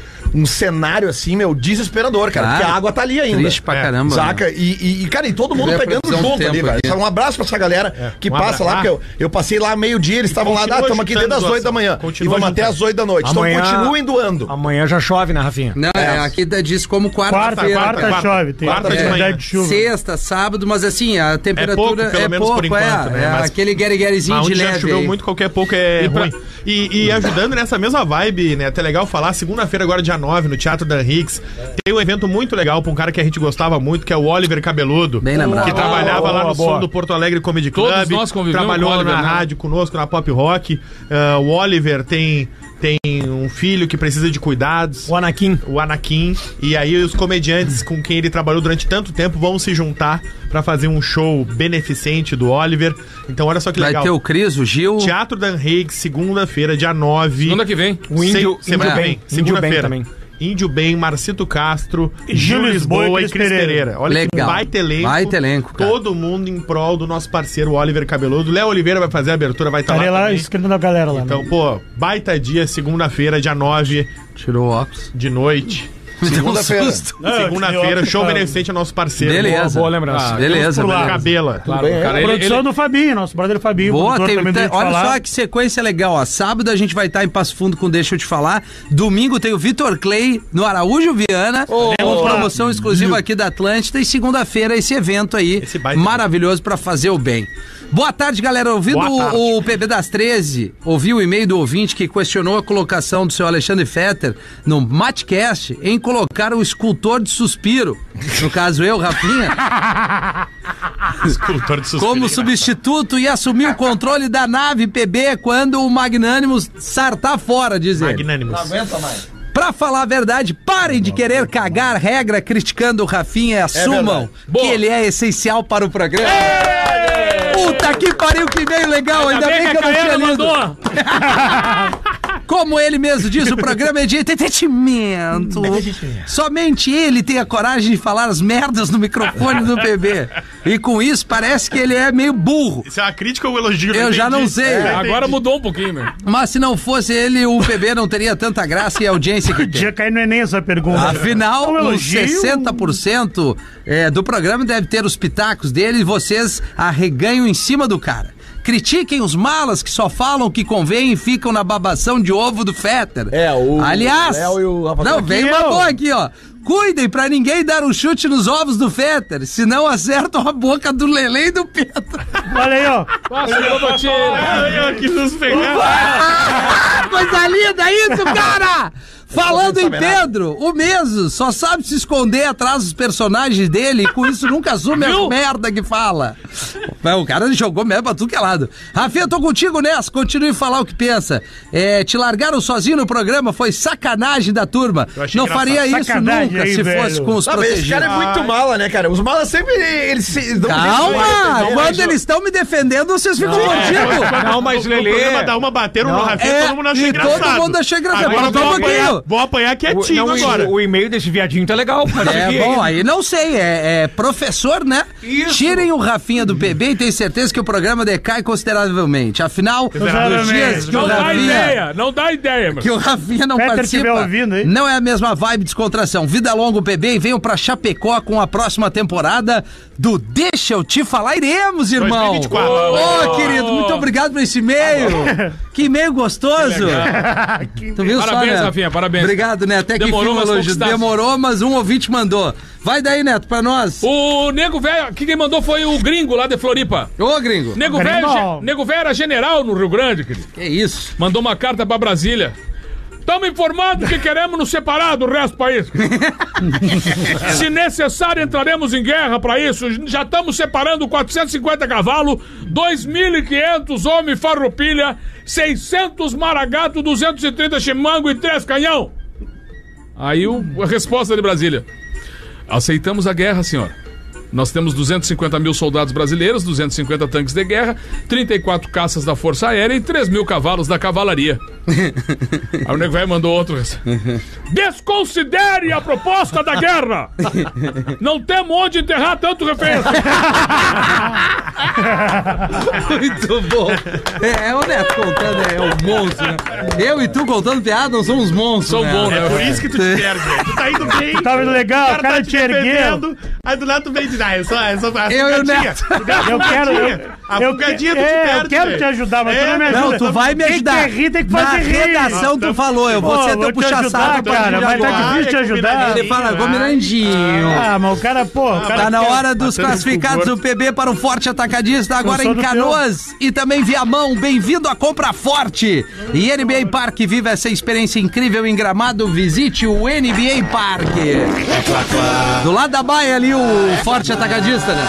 Speaker 4: um cenário assim, meu, desesperador, cara,
Speaker 3: Claro.
Speaker 4: porque a água tá ali ainda.
Speaker 3: Triste pra
Speaker 8: É,
Speaker 3: caramba. né?
Speaker 4: Saca? E, e- e, cara, e todo
Speaker 3: Vê
Speaker 4: mundo
Speaker 3: é a
Speaker 4: pegando
Speaker 3: previsão do
Speaker 4: junto ali,
Speaker 3: tempo
Speaker 4: velho.
Speaker 3: aqui.
Speaker 4: Só Um abraço pra essa galera que
Speaker 8: um
Speaker 4: passa
Speaker 8: abraço.
Speaker 4: lá, porque eu, eu passei lá meio-dia, eles estavam lá, ah,
Speaker 8: continua
Speaker 4: estamos aqui
Speaker 8: ajudando
Speaker 4: desde as
Speaker 8: doação.
Speaker 4: 8 da manhã.
Speaker 8: Continua
Speaker 4: e vamos até
Speaker 8: ajudando.
Speaker 4: as 8 da noite.
Speaker 5: Amanhã-
Speaker 4: Então continuem doando.
Speaker 5: Amanhã já chove, né, Rafinha?
Speaker 3: Não, é, aqui da- diz como
Speaker 7: Quarta,
Speaker 3: quarta-feira.
Speaker 7: quarta,
Speaker 8: quarta.
Speaker 7: chove. Tem
Speaker 8: Quarta
Speaker 7: quarta
Speaker 8: de
Speaker 7: quantidade
Speaker 8: manhã.
Speaker 7: de chuva.
Speaker 3: Sexta, sábado, mas assim, a temperatura
Speaker 8: pelo
Speaker 3: é
Speaker 8: menos
Speaker 3: pouco,
Speaker 8: por enquanto,
Speaker 3: é,
Speaker 8: né?
Speaker 3: é
Speaker 8: Mas-
Speaker 3: aquele
Speaker 8: Mas
Speaker 3: gueriguerizinho de
Speaker 8: onde já
Speaker 3: leve
Speaker 8: choveu
Speaker 3: aí. Hum.
Speaker 8: muito, qualquer pouco é
Speaker 6: E pra-
Speaker 8: ruim. E, e ajudando nessa mesma vibe, né? Até legal falar, segunda-feira, agora dia 9, no Teatro Dan Hicks, tem um evento muito legal pra um cara que a gente gostava muito, que é o Oliver Cabeludo.
Speaker 3: Bem lembrado.
Speaker 8: Que trabalhava
Speaker 5: Boa,
Speaker 8: lá no
Speaker 5: boa.
Speaker 8: som do Porto Alegre Comedy Club.
Speaker 6: Todos nós convivemos
Speaker 8: trabalhou
Speaker 6: com o Oliver,
Speaker 8: na
Speaker 6: né?
Speaker 8: rádio conosco, na pop rock. Ah, o Oliver tem, tem um filho que precisa de cuidados
Speaker 5: O Anakin.
Speaker 8: o Anakin e aí os comediantes com quem ele trabalhou durante tanto tempo vão se juntar pra fazer um show beneficente do Oliver. Então olha só que
Speaker 3: Vai
Speaker 8: legal.
Speaker 3: ter o Cris, o Gil.
Speaker 8: Teatro Dan Higgs, segunda-feira, dia 9.
Speaker 6: Segunda que vem.
Speaker 5: O Índio-
Speaker 8: Sem- semana
Speaker 3: Índio
Speaker 5: Bem.
Speaker 8: que vem,
Speaker 5: Índio Bem
Speaker 8: segunda-feira.
Speaker 5: também.
Speaker 8: Índio Bem, Marcito Castro,
Speaker 7: E Gil Lisboa e Cris Pereira.
Speaker 8: Olha
Speaker 3: Legal.
Speaker 8: que baita elenco.
Speaker 3: Baita elenco, cara.
Speaker 8: Todo mundo em prol do nosso parceiro Oliver Cabeludo. Léo Oliveira vai fazer a abertura, vai estar
Speaker 7: Estarei
Speaker 8: lá.
Speaker 7: lá
Speaker 8: também.
Speaker 7: escrevendo a galera lá.
Speaker 8: Então,
Speaker 7: né?
Speaker 8: pô, baita dia, segunda-feira, dia 9
Speaker 3: Tirou o óculos.
Speaker 8: de noite.
Speaker 3: Me deu um
Speaker 4: Segunda-feira.
Speaker 3: susto.
Speaker 7: Não,
Speaker 8: Segunda-feira,
Speaker 7: eu-
Speaker 8: show beneficente ao nosso parceiro.
Speaker 3: Beleza.
Speaker 5: boa lembrança.
Speaker 3: beleza,
Speaker 7: Vamos por lá.
Speaker 3: beleza.
Speaker 8: Cabela.
Speaker 6: Claro,
Speaker 7: é.
Speaker 6: cara, ele-
Speaker 7: Produção
Speaker 6: ele-
Speaker 7: do Fabinho, nosso brother Fabinho.
Speaker 3: Boa,
Speaker 7: produtor
Speaker 3: tem,
Speaker 7: também do
Speaker 3: tem-
Speaker 7: Deixa Eu
Speaker 3: olha
Speaker 7: Falar.
Speaker 3: só que sequência legal, ó. Sábado a gente vai estar em Passo Fundo com Deixa Eu Te Falar. Domingo tem o Vitor Clay no Araújo Viana. com promoção exclusiva aqui da Atlântida. E segunda-feira esse evento aí
Speaker 8: Esse baita
Speaker 3: maravilhoso pra fazer o bem. Boa tarde, galera. Ouvindo
Speaker 8: Boa
Speaker 3: o-
Speaker 8: tarde.
Speaker 3: o PB das 13, ouvi o e-mail do ouvinte que questionou a colocação do seu Alexandre Fetter no Matcast em colocar o escultor de suspiro, no caso eu, Rafinha,
Speaker 8: [LAUGHS] Escultor de suspiro.
Speaker 3: como substituto e assumir o controle da nave PB quando o Magnânimos sartar fora, diz ele.
Speaker 8: Magnânimos.
Speaker 7: Tá
Speaker 3: Pra falar a verdade, parem de querer cagar regra criticando o Rafinha e assumam que
Speaker 6: Boa.
Speaker 3: ele é essencial para o programa. Puta que pariu, que veio legal, ainda, bem que eu não tinha lido. [LAUGHS] Como ele mesmo diz, o programa é de entretenimento. Somente ele tem a coragem de falar as merdas no microfone do PB. E com isso parece que ele é meio burro.
Speaker 8: Isso é uma crítica ou um elogio?
Speaker 3: Eu já
Speaker 8: entendi.
Speaker 3: não sei.
Speaker 8: É,
Speaker 6: Agora
Speaker 8: entendi.
Speaker 6: mudou um pouquinho, meu.
Speaker 3: Mas se não fosse ele, o PB não teria tanta graça e audiência que tem.
Speaker 7: Podia cair no Enem essa pergunta.
Speaker 3: Afinal,
Speaker 7: É um
Speaker 3: os
Speaker 7: elogio.
Speaker 3: 60% é, do programa deve ter os pitacos dele e vocês arreganham em cima do cara. Critiquem os malas que só falam o que convém e ficam na babação de ovo do Fetter.
Speaker 4: É, o
Speaker 3: Aliás,
Speaker 4: Léo e o Rafael.
Speaker 3: não, vem
Speaker 7: Aqui
Speaker 3: uma
Speaker 7: eu.
Speaker 3: boa aqui, ó. Cuidem pra ninguém dar um chute nos ovos do Fetter, senão acertam a boca do Lele e do Pedro.
Speaker 7: Olha aí, ó.
Speaker 6: Passa o Lobotinho.
Speaker 8: É, Eu aqui nos pegar.
Speaker 3: Ah, Coisa linda isso,
Speaker 8: [LAUGHS]
Speaker 3: cara! Falando em Pedro, o mesmo só sabe se esconder atrás dos personagens dele e com isso nunca assume as merda que fala. Mas o cara jogou mesmo pra tudo que é lado. Rafinha, tô contigo nessa, continue a falar o que pensa. É, te largaram sozinho no programa foi sacanagem da turma.
Speaker 8: achei
Speaker 3: Não
Speaker 8: engraçado.
Speaker 3: faria isso
Speaker 7: Sacanagem
Speaker 3: nunca
Speaker 7: aí,
Speaker 3: se
Speaker 7: velho.
Speaker 3: fosse com os
Speaker 4: Sabe, esse cara é
Speaker 3: protegidos.
Speaker 8: Ah.
Speaker 4: muito mala, né, cara? Os malas sempre. Eles se, dão um
Speaker 3: Calma!
Speaker 4: jeito, né?
Speaker 3: Quando eles estão me defendendo, vocês ficam
Speaker 8: é,
Speaker 3: mordidos.
Speaker 5: é, Não, mas
Speaker 8: No
Speaker 5: Lelê.
Speaker 8: programa
Speaker 7: um
Speaker 8: da uma bateram no Rafinha,
Speaker 3: É,
Speaker 8: todo mundo achou
Speaker 3: e
Speaker 8: engraçado.
Speaker 3: todo mundo achou engraçado. um
Speaker 8: Agora
Speaker 3: Mas
Speaker 8: vou
Speaker 3: toma
Speaker 8: apanhar,
Speaker 3: aqui, ó.
Speaker 8: vou apanhar quietinho
Speaker 5: não, o-
Speaker 8: agora.
Speaker 5: O
Speaker 8: [LAUGHS]
Speaker 5: e-mail desse viadinho tá legal. pode
Speaker 3: É,
Speaker 5: seguir
Speaker 3: bom,
Speaker 5: aí.
Speaker 3: aí não sei, é, é professor, né? Tirem o Rafinha do PB e tenho certeza que o programa decai consideravelmente. Afinal, nos dias que o
Speaker 6: Não dá
Speaker 3: Rafinha...
Speaker 6: ideia, não dá ideia, meu.
Speaker 3: Que o Rafinha não
Speaker 7: Peter
Speaker 3: participa.
Speaker 7: estiver ouvindo, hein?
Speaker 3: não é a mesma vibe de descontração. Vida longa o PB e venham pra Chapecó com a próxima temporada do Deixa Eu Te Falar. Iremos, irmão.
Speaker 8: 2024.
Speaker 3: Ô, querido, muito obrigado por esse e-mail.
Speaker 6: Tá
Speaker 3: que e-mail gostoso. [LAUGHS] tu viu
Speaker 6: Parabéns,
Speaker 3: Neto?
Speaker 6: Rafinha, parabéns.
Speaker 3: Obrigado, Neto. Até que
Speaker 6: Demorou,
Speaker 3: enfim,
Speaker 6: mas
Speaker 3: um elogio.
Speaker 6: conquistaste.
Speaker 3: Demorou, mas um ouvinte mandou. Vai daí, Neto, pra nós.
Speaker 6: O nego velho, aqui quem mandou foi o gringo lá de Floripa.
Speaker 3: Ô, gringo.
Speaker 6: Nego
Speaker 7: Gringo.
Speaker 6: velho, ge- nego velho era general no Rio Grande, querido.
Speaker 3: Que
Speaker 6: [LAUGHS]
Speaker 3: isso?
Speaker 6: Mandou uma carta pra Brasília. Estamos informando que queremos nos separar do resto do país. Se necessário, entraremos em guerra para isso. Já estamos separando 450 cavalos, 2.500 homens farroupilha, 600 maragato, 230 chimango e 3 canhão. Aí o, a resposta de Brasília. Aceitamos a guerra, senhora. Nós temos 250 mil soldados brasileiros, 250 tanques de guerra, 34 caças da Força Aérea e 3 mil cavalos da cavalaria. Aí o nego velho mandou outro. Desconsidere a proposta da guerra! Não temos onde enterrar tanto refém.
Speaker 3: Muito bom. É, é o Neto contando, é o monstro. né? Eu e tu contando piada, nós somos monstros.
Speaker 6: Sou
Speaker 3: né?
Speaker 6: bom,
Speaker 8: É por isso que tu te perde. velho. Tu tá indo bem. Tu
Speaker 7: Tava legal, o
Speaker 3: tá
Speaker 7: cara te ergueu.
Speaker 8: Aí do lado tu vem e diz, ah, eu sou, eu sou a
Speaker 3: Eu e o
Speaker 8: fugadinha.
Speaker 3: Neto.
Speaker 8: Tu deu a
Speaker 7: Eu quero. Eu,
Speaker 8: fugadinha. A
Speaker 7: eu,
Speaker 8: fugadinha
Speaker 3: tá
Speaker 8: tu te
Speaker 7: é,
Speaker 8: perde.
Speaker 7: eu quero te
Speaker 8: velho.
Speaker 7: ajudar, mas tu
Speaker 8: É,
Speaker 7: não me ajuda.
Speaker 3: Não, tu vai me
Speaker 7: Tem que
Speaker 3: ajudar.
Speaker 7: rir, tem é que
Speaker 3: Na
Speaker 7: fazer rir.
Speaker 3: redação tu falou, eu vou
Speaker 7: Pô,
Speaker 3: ser teu
Speaker 7: vou te ajudar,
Speaker 3: puxa-saco pra
Speaker 7: cara,
Speaker 3: te
Speaker 7: mas tá
Speaker 3: ajudar.
Speaker 7: difícil te ajudar.
Speaker 3: Ele fala, Gomirandinho.
Speaker 7: Ah, mas o cara, pô, o cara
Speaker 3: Tá na
Speaker 7: quer-
Speaker 3: hora dos
Speaker 8: Batendo
Speaker 3: classificados
Speaker 8: com
Speaker 3: do PB para o Forte Atacadista, agora
Speaker 7: sou
Speaker 3: em
Speaker 7: do
Speaker 3: Canoas e também Viamão. Bem-vindo à Compra Forte. E NBA Parque, viva essa experiência incrível em Gramado. Visite o NBA Parque. Do lado da baia ali, o Forte Atacadista, né?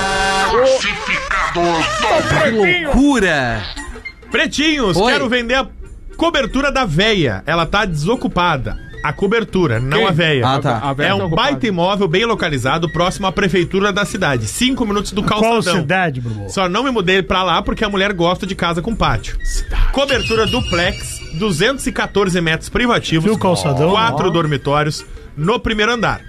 Speaker 3: Que loucura!
Speaker 8: [LAUGHS] Pretinhos,
Speaker 3: Oi.
Speaker 8: quero vender a cobertura da véia. Ela tá desocupada. A cobertura, não
Speaker 6: Quem?
Speaker 8: a véia.
Speaker 3: Ah, tá.
Speaker 6: A véia
Speaker 8: É
Speaker 6: tá
Speaker 8: um
Speaker 6: ocupada.
Speaker 8: baita imóvel bem localizado, próximo à prefeitura da cidade. Cinco minutos do calçadão.
Speaker 7: Qual cidade, Bruno?
Speaker 8: Só não me mudei pra lá porque a mulher gosta de casa com pátio. Cobertura duplex, 214 metros privativos,
Speaker 7: Viu o calçadão?
Speaker 8: quatro dormitórios no primeiro andar.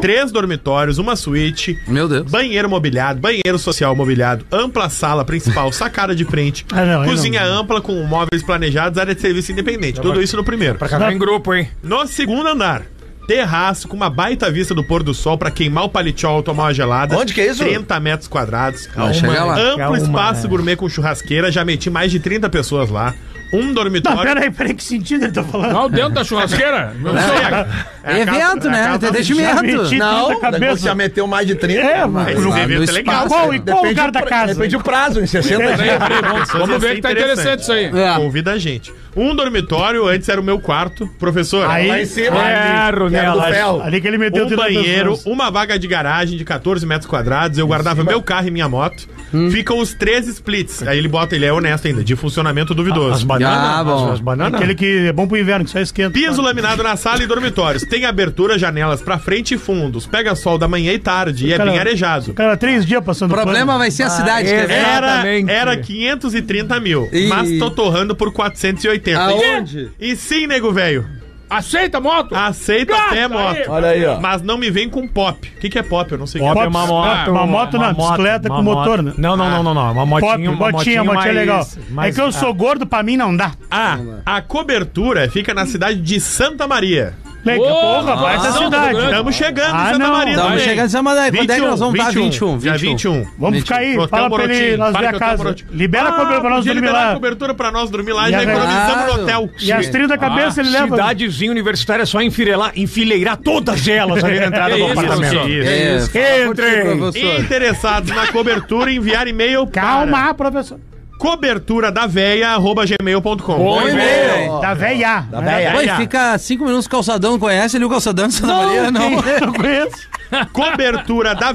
Speaker 8: Três dormitórios, uma suíte,
Speaker 3: Meu Deus.
Speaker 8: banheiro mobiliado, banheiro social mobiliado, ampla sala principal, sacada de frente,
Speaker 7: Ah, não, aí não.
Speaker 8: cozinha ampla com móveis planejados, área de serviço independente. Tudo isso no primeiro.
Speaker 5: Pra casar Tá em grupo, hein?
Speaker 8: No segundo andar, terraço com uma baita vista do pôr do sol pra queimar o palichol, tomar uma gelada.
Speaker 4: Onde que é isso?
Speaker 8: 30 metros quadrados.
Speaker 3: Vai chegar lá.
Speaker 8: Amplo
Speaker 5: Calma.
Speaker 8: espaço gourmet com churrasqueira, já meti mais de 30 pessoas lá. Um
Speaker 7: Tá,
Speaker 8: dormitório.
Speaker 7: peraí, peraí, que sentido ele tá falando?
Speaker 6: Não, dentro da churrasqueira. né? Meu sonho.
Speaker 3: É evento, né?
Speaker 8: casa-
Speaker 7: Já
Speaker 3: Entendimento.
Speaker 7: meti
Speaker 4: Não,
Speaker 7: tanta
Speaker 4: você já
Speaker 7: cabeça.
Speaker 4: meteu mais de 30.
Speaker 7: É,
Speaker 8: Esse
Speaker 3: Lá
Speaker 7: mas...
Speaker 3: no
Speaker 8: evento é legal.
Speaker 3: espaço.
Speaker 7: Qual, e qual o cara da casa?
Speaker 4: Depende do prazo, em 60 dias.
Speaker 5: [LAUGHS]
Speaker 6: Vamos, vamos ver que tá interessante isso aí.
Speaker 3: É.
Speaker 8: Convida a gente. Um dormitório, antes era o meu quarto. Professor,
Speaker 7: Aí,
Speaker 4: Lá em cima.
Speaker 5: É,
Speaker 4: Era do
Speaker 5: Runela.
Speaker 4: ferro.
Speaker 7: ali que ele meteu
Speaker 8: um
Speaker 7: dentro das
Speaker 8: banheiro,
Speaker 7: pessoas.
Speaker 8: uma vaga de garagem de 14 metros quadrados. Eu guardava meu carro e minha moto. Ficam os três splits. Aí ele bota, ele é honesto ainda, de funcionamento duvidoso.
Speaker 3: Ah,
Speaker 5: bananas.
Speaker 3: bom.
Speaker 5: as bananas.
Speaker 7: Aquele que é bom pro inverno, que só esquenta.
Speaker 8: Piso laminado na sala e dormitórios. Tem abertura, janelas pra frente e fundos. Pega sol da manhã e tarde. E é
Speaker 7: Cara,
Speaker 8: bem arejado.
Speaker 7: Cara, três dias passando
Speaker 3: O problema vai ser a cidade, quer ver?
Speaker 8: Ah, é, Era,
Speaker 5: Exatamente.
Speaker 8: era 530 mil,
Speaker 3: Ih.
Speaker 8: mas tô torrando por 480.
Speaker 4: Aonde?
Speaker 8: E sim, nego velho,
Speaker 6: Aceita, moto?
Speaker 5: Ah,
Speaker 8: aceita
Speaker 6: Gasta
Speaker 8: até
Speaker 6: aí.
Speaker 8: moto.
Speaker 4: Olha aí, ó.
Speaker 8: Mas não me vem com pop. O que, que é pop? Eu não sei o que
Speaker 5: Pop
Speaker 8: é
Speaker 5: é uma moto.
Speaker 7: Uma moto não, bicicleta com motor, né?
Speaker 5: Não, não, não, não, não. Uma motinha,
Speaker 7: Pop,
Speaker 5: uma
Speaker 7: botinha, botinha é
Speaker 5: mais-
Speaker 7: legal.
Speaker 5: mais-
Speaker 7: é que eu sou gordo, pra mim não dá.
Speaker 8: Ah, a cobertura fica na cidade de Santa Maria.
Speaker 7: Legal,
Speaker 6: Ô,
Speaker 7: porra, vai da
Speaker 6: não,
Speaker 7: cidade.
Speaker 6: não,
Speaker 7: Tamo-
Speaker 8: Estamos chegando
Speaker 7: Ah,
Speaker 8: em Santa
Speaker 7: não.
Speaker 8: Maria
Speaker 7: Tamo
Speaker 3: Estamos
Speaker 8: também.
Speaker 3: chegando em Samba da- Quando é que nós vamos estar? 21, 21.
Speaker 8: 21. Dia 21.
Speaker 7: Vamos ficar aí,
Speaker 8: Hotel
Speaker 7: fala pra ele
Speaker 8: Borotim,
Speaker 7: nós
Speaker 8: Parque
Speaker 7: ver a
Speaker 8: Hotel
Speaker 7: casa.
Speaker 8: Borotim.
Speaker 7: Libera a cobertura pra
Speaker 8: Ah,
Speaker 7: nós
Speaker 8: podia
Speaker 7: dormir
Speaker 8: liberar a
Speaker 7: lá.
Speaker 8: cobertura pra nós dormir lá e
Speaker 7: E
Speaker 8: já
Speaker 7: a-
Speaker 8: economizamos no
Speaker 3: Claro.
Speaker 8: hotel.
Speaker 7: E as trilhas da cabeça ele leva.
Speaker 5: Ah, Cidadezinha universitária é só enfileirar, enfileirar todas elas
Speaker 7: [LAUGHS]
Speaker 5: ali na entrada
Speaker 6: Que
Speaker 5: do
Speaker 6: isso,
Speaker 5: apartamento.
Speaker 6: professor?
Speaker 3: É,
Speaker 5: Isso.
Speaker 3: fala por ti,
Speaker 5: Entrem.
Speaker 3: professor.
Speaker 8: Interessados na cobertura, enviar e-mail para
Speaker 7: Calma, professor.
Speaker 8: cobertura da
Speaker 5: Bom
Speaker 3: Oi,
Speaker 5: e-mail.
Speaker 3: meu.
Speaker 7: Da véia. Da
Speaker 8: véia.
Speaker 3: Oi, fica É, cinco minutos no calçadão, não conhece ali o calçadão de Santa Maria? Não.
Speaker 7: Não conheço.
Speaker 8: cobertura da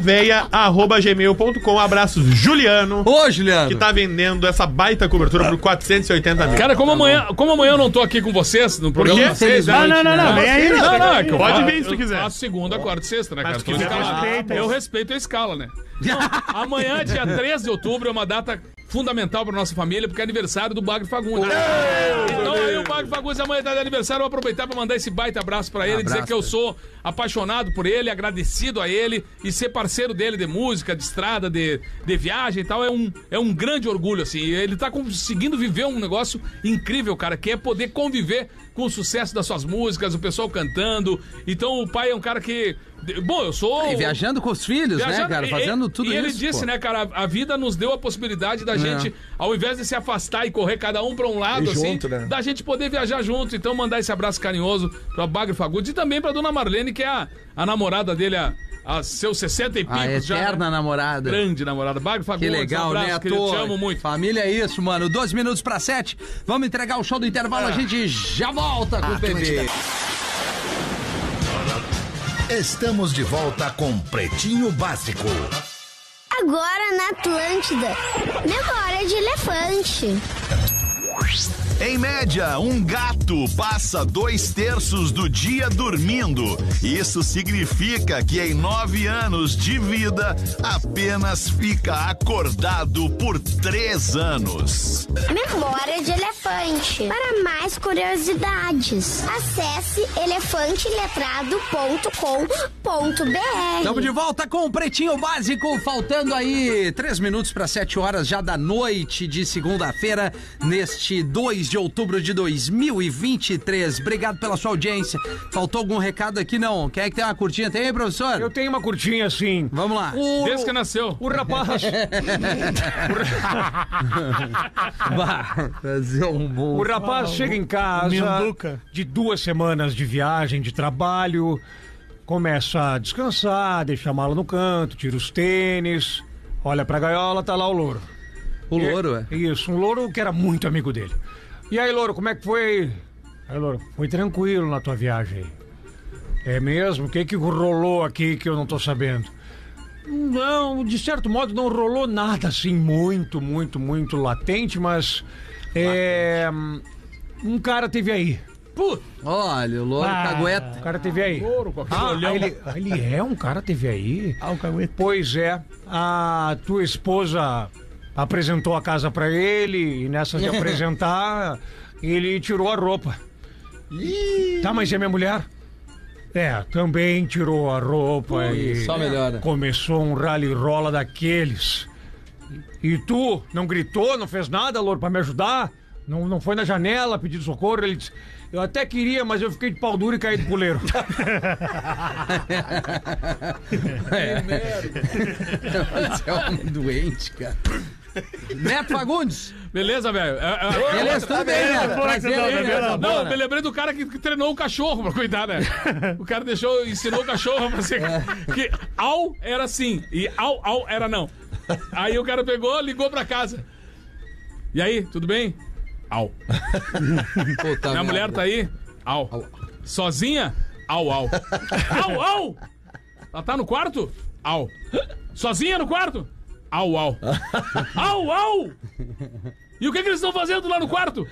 Speaker 8: Abraços, Juliano,
Speaker 3: [LAUGHS] Ô,
Speaker 8: que
Speaker 3: Juliano.
Speaker 8: tá vendendo essa baita cobertura por 480 mil.
Speaker 6: Cara, como
Speaker 5: tá
Speaker 6: amanhã, como amanhã eu não tô aqui com vocês no programa
Speaker 8: quê?
Speaker 6: de vocês,
Speaker 7: Não, não, não, não.
Speaker 8: né?
Speaker 3: Não,
Speaker 7: Vem aí.
Speaker 6: Não, não, é que eu
Speaker 8: Pode
Speaker 6: faço-
Speaker 8: vir se
Speaker 6: eu
Speaker 8: quiser.
Speaker 6: faço segunda, quarta e sexta, né, cara?
Speaker 8: se
Speaker 6: Tô
Speaker 8: quiser,
Speaker 6: escalado.
Speaker 7: respeita.
Speaker 6: Eu respeito a escala, né? [LAUGHS] Não, amanhã, dia 13 de outubro, é uma data fundamental pra nossa família, porque é aniversário do Bagre Fagundes. Então aí o Bagre Fagundes amanhã tá de aniversário, eu vou aproveitar pra mandar esse baita abraço pra ele, dizer que eu sou apaixonado por ele, agradecido a ele e ser parceiro dele de música, de estrada, de, de viagem e tal, é um, é um grande orgulho, assim. E Ele tá conseguindo viver um negócio incrível, cara, que é poder conviver com o sucesso das suas músicas, o pessoal cantando. Então o pai é um cara que... Bom, eu sou...
Speaker 3: E Tá viajando com os filhos, né,
Speaker 6: Viajando,
Speaker 3: cara?
Speaker 6: e-
Speaker 3: Fazendo
Speaker 6: e-
Speaker 3: tudo
Speaker 6: e
Speaker 3: isso.
Speaker 6: ele disse,
Speaker 3: pô. É.
Speaker 6: né, cara, a a vida nos deu a possibilidade da gente, ao invés de se afastar e correr cada um pra um lado,
Speaker 4: E
Speaker 6: assim,
Speaker 4: junto, né?
Speaker 6: da gente poder viajar junto. Então, mandar esse abraço carinhoso pra Bagre Fagundes e também pra dona Marlene, que é a, a namorada dele, a, a seus 60 e
Speaker 3: A
Speaker 6: picos já.
Speaker 3: Ah,
Speaker 6: né?
Speaker 3: eterna namorada.
Speaker 6: Grande namorada. Bagre
Speaker 3: Que
Speaker 6: Fagundes,
Speaker 3: legal,
Speaker 6: um abraço,
Speaker 3: né? À
Speaker 6: querido,
Speaker 3: toa.
Speaker 6: te amo muito.
Speaker 3: Família é isso, mano. 12 minutos pra 7. Vamos entregar o show do
Speaker 6: Ah.
Speaker 3: intervalo. A gente já volta com o bebê.
Speaker 1: Estamos de volta com Pretinho Básico.
Speaker 9: Agora na Atlântida. Memória de elefante.
Speaker 1: Em média, um gato passa dois terços do dia dormindo. Isso significa que em nove anos de vida, apenas fica acordado por três anos.
Speaker 9: Memória de elefante. Para mais curiosidades, acesse
Speaker 3: Estamos
Speaker 9: elefanteletrado.com.br.
Speaker 3: de volta com o Pretinho Básico, faltando aí 3 minutos para 7 horas já da noite de segunda-feira, neste 2 de outubro de 2023. Obrigado pela sua audiência. Faltou algum recado aqui? Não. Quer que tenha uma curtinha? Tem aí, professor?
Speaker 5: Eu tenho uma curtinha assim.
Speaker 3: Vamos lá. [LAUGHS]
Speaker 5: O-
Speaker 6: Desde que nasceu.
Speaker 5: O rapaz.
Speaker 3: Bah, fazer um bom.
Speaker 5: O rapaz chega em casa
Speaker 7: Minduca.
Speaker 5: de duas semanas de viagem, de trabalho, começa a descansar, deixa a mala no canto, tira os tênis, olha pra gaiola, tá lá o louro.
Speaker 3: O louro, é.
Speaker 5: Isso, um louro que era muito amigo dele. E aí, louro, como é que foi? Aí, louro, foi tranquilo na tua viagem. É mesmo? O que que rolou aqui que eu não tô sabendo? Não, de certo modo não rolou nada assim muito, muito, muito latente, mas é, um cara teve aí.
Speaker 3: Olha, o louro
Speaker 5: Um
Speaker 3: cagueta.
Speaker 5: cara teve aí.
Speaker 6: Ouro, com aquele
Speaker 5: Ah,
Speaker 6: olhão.
Speaker 5: ele, ele é um cara teve aí?
Speaker 7: Ah, o cagueta.
Speaker 5: Pois é, a tua esposa apresentou a casa pra ele e nessa de apresentar, ele tirou a roupa. Tá, mas e a minha mulher? É, também tirou a roupa e
Speaker 3: só melhora.
Speaker 5: começou um rally rola daqueles. E tu não gritou, não fez nada, Louro, pra me ajudar? Não, não foi na janela pedir socorro? Ele disse, eu até queria, mas eu fiquei de pau duro e caí do puleiro. [LAUGHS]
Speaker 3: Você é um doente, cara. Neto Fagundes.
Speaker 6: Beleza, velho? É- é-
Speaker 3: Beleza, tudo bem, Neto.
Speaker 7: fora que
Speaker 3: Prazer
Speaker 7: você tá
Speaker 3: aí,
Speaker 7: bebendo,
Speaker 3: Neto.
Speaker 7: tá
Speaker 6: Não,
Speaker 3: Boa,
Speaker 6: eu me
Speaker 3: né?
Speaker 6: lembrei do cara que, que treinou o cachorro pra cuidar, né? O cara deixou, ensinou o cachorro pra você. Que au era sim e au, au era não. Aí o cara pegou, ligou pra casa. E aí, tudo bem? Au.
Speaker 3: Puta merda.
Speaker 6: Minha mulher tá aí? Au. Sozinha? Au, au. Au, au! Ela tá no quarto? Au. Sozinha no quarto? Au, au. Au, au! E o que, que eles estão fazendo lá no quarto?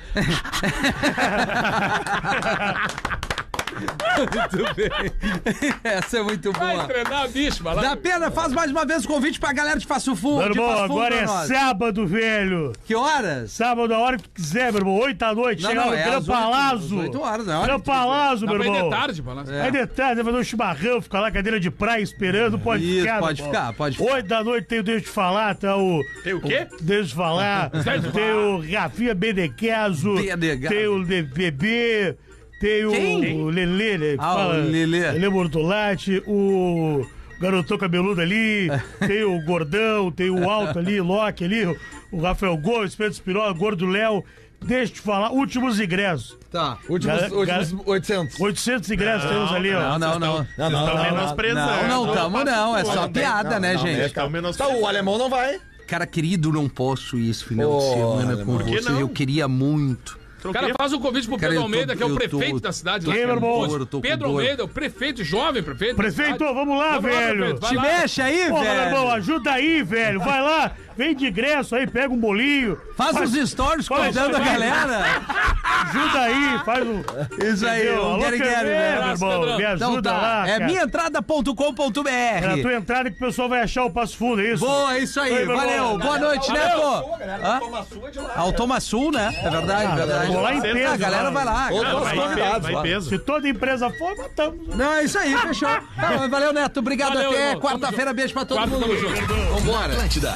Speaker 3: Muito bem. Essa é muito
Speaker 6: Vai
Speaker 3: boa.
Speaker 6: treinar a bicho, vai
Speaker 3: Da
Speaker 6: lá.
Speaker 3: pena, faz mais uma vez o convite pra galera de Faço Fundo.
Speaker 7: Meu
Speaker 3: de
Speaker 7: irmão,
Speaker 3: Faço Fundo
Speaker 7: agora
Speaker 3: pra
Speaker 7: é
Speaker 3: Tipo, nós.
Speaker 7: sábado, velho.
Speaker 3: Que horas?
Speaker 7: Sábado, a hora que tu quiser, meu irmão. Oito da noite,
Speaker 3: Não,
Speaker 7: chega
Speaker 3: não,
Speaker 7: lá no
Speaker 3: é
Speaker 7: Gran
Speaker 3: às oito,
Speaker 7: Palazzo.
Speaker 3: às oito horas, é a hora
Speaker 7: Gran
Speaker 3: que tu quiser.
Speaker 7: Palazzo,
Speaker 6: Dá
Speaker 7: meu
Speaker 6: pra ir
Speaker 7: irmão.
Speaker 6: Tá de tarde, né? pra lá.
Speaker 3: É.
Speaker 7: Aí de tarde, vai fazer um chimarrão, ficar lá, cadeira de praia esperando, pode
Speaker 3: Isso,
Speaker 7: ficar.
Speaker 3: pode
Speaker 7: meu
Speaker 3: ficar,
Speaker 7: irmão.
Speaker 3: pode ficar.
Speaker 7: Oito da noite tem o Deus de Falar, tá o...
Speaker 8: Tem
Speaker 3: É.
Speaker 8: o quê?
Speaker 7: Deus de Falar, tem o Rafinha Benegaso,
Speaker 3: Benegaso.
Speaker 7: tem o Le- Bebê, tem o,
Speaker 3: Quem?
Speaker 7: o Lelê, né, que
Speaker 3: Ah, o Lelê.
Speaker 7: Lelê Bortolatti, o garotão
Speaker 3: [LAUGHS]
Speaker 7: cabeludo ali, tem o Gordão, tem o Alto ali, Loki ali, o- o Rafael Gomes, Pedro Espinola, Gordo Léo, deixa eu te falar, últimos ingressos,
Speaker 3: Tá.
Speaker 4: Últimos,
Speaker 7: Gal-
Speaker 4: últimos 800.
Speaker 7: 800 ingressos temos ali, ó.
Speaker 3: Não, não, não.
Speaker 4: Não, não,
Speaker 8: Estão menosprezando.
Speaker 3: Não, não tamo não, é só piada, né,
Speaker 4: não, é-
Speaker 3: gente?
Speaker 8: Estão
Speaker 4: Tá,
Speaker 8: menosprezando.
Speaker 4: o alemão não vai.
Speaker 3: Cara querido, não posso ir esse final de
Speaker 4: Oh,
Speaker 3: semana
Speaker 4: olha,
Speaker 3: com
Speaker 4: por
Speaker 8: que
Speaker 3: você.
Speaker 8: não?
Speaker 3: Eu queria muito.
Speaker 6: Cara, faz um convite pro
Speaker 3: Cara,
Speaker 6: Pedro
Speaker 3: eu tô-
Speaker 6: Almeida, que é o
Speaker 3: eu tô-
Speaker 6: prefeito da cidade
Speaker 7: Quem, meu irmão?
Speaker 6: Pedro
Speaker 3: Eu tô com
Speaker 6: Pedro
Speaker 3: dor. ah,
Speaker 6: Almeida, o prefeito, jovem prefeito. da
Speaker 7: Prefeito,
Speaker 6: cidade.
Speaker 7: vamos lá,
Speaker 6: lá,
Speaker 7: velho.
Speaker 6: prefeito, vai
Speaker 3: Te
Speaker 6: lá.
Speaker 3: mexe aí,
Speaker 7: Porra, meu
Speaker 3: velho.
Speaker 7: irmão, ajuda aí, velho. Vai lá, vende ingresso aí, pega um bolinho.
Speaker 3: Faz uns stories
Speaker 7: faz- um
Speaker 3: convidando a
Speaker 7: faz-
Speaker 3: galera.
Speaker 7: Ajuda aí, faz um.
Speaker 3: Isso aí,
Speaker 7: Entendeu?
Speaker 3: o
Speaker 7: Alô,
Speaker 3: Gary
Speaker 7: TV,
Speaker 3: Gary,
Speaker 7: meu
Speaker 3: né?
Speaker 7: irmão, me ajuda
Speaker 3: Então tá,
Speaker 7: lá.
Speaker 3: é
Speaker 7: cara. É a
Speaker 3: minhaentrada.com.br.
Speaker 7: tua entrada que o pessoal vai achar o Passo Fundo, é isso?
Speaker 3: Boa, é isso aí.
Speaker 7: Oi, meu
Speaker 3: Valeu,
Speaker 7: irmão.
Speaker 3: boa noite, né, pô? Hã? Automa Sul, né? É verdade, verdade.
Speaker 7: vou lá em
Speaker 3: Ah,
Speaker 7: peso,
Speaker 3: A galera
Speaker 7: mano.
Speaker 3: vai lá. a galera
Speaker 8: Não,
Speaker 3: vai
Speaker 8: vai
Speaker 3: lá.
Speaker 8: em peso, vai em peso.
Speaker 7: Se toda empresa for, matamos.
Speaker 3: Não, é isso aí, fechou. Tá, mas valeu, Neto. Obrigado.
Speaker 6: Valeu,
Speaker 3: Até
Speaker 6: irmão. Tamo
Speaker 3: quarta-feira. Beijo pra todo
Speaker 6: Quarta,
Speaker 3: mundo.
Speaker 6: tamo junto.
Speaker 3: Vambora.
Speaker 1: Atlântida.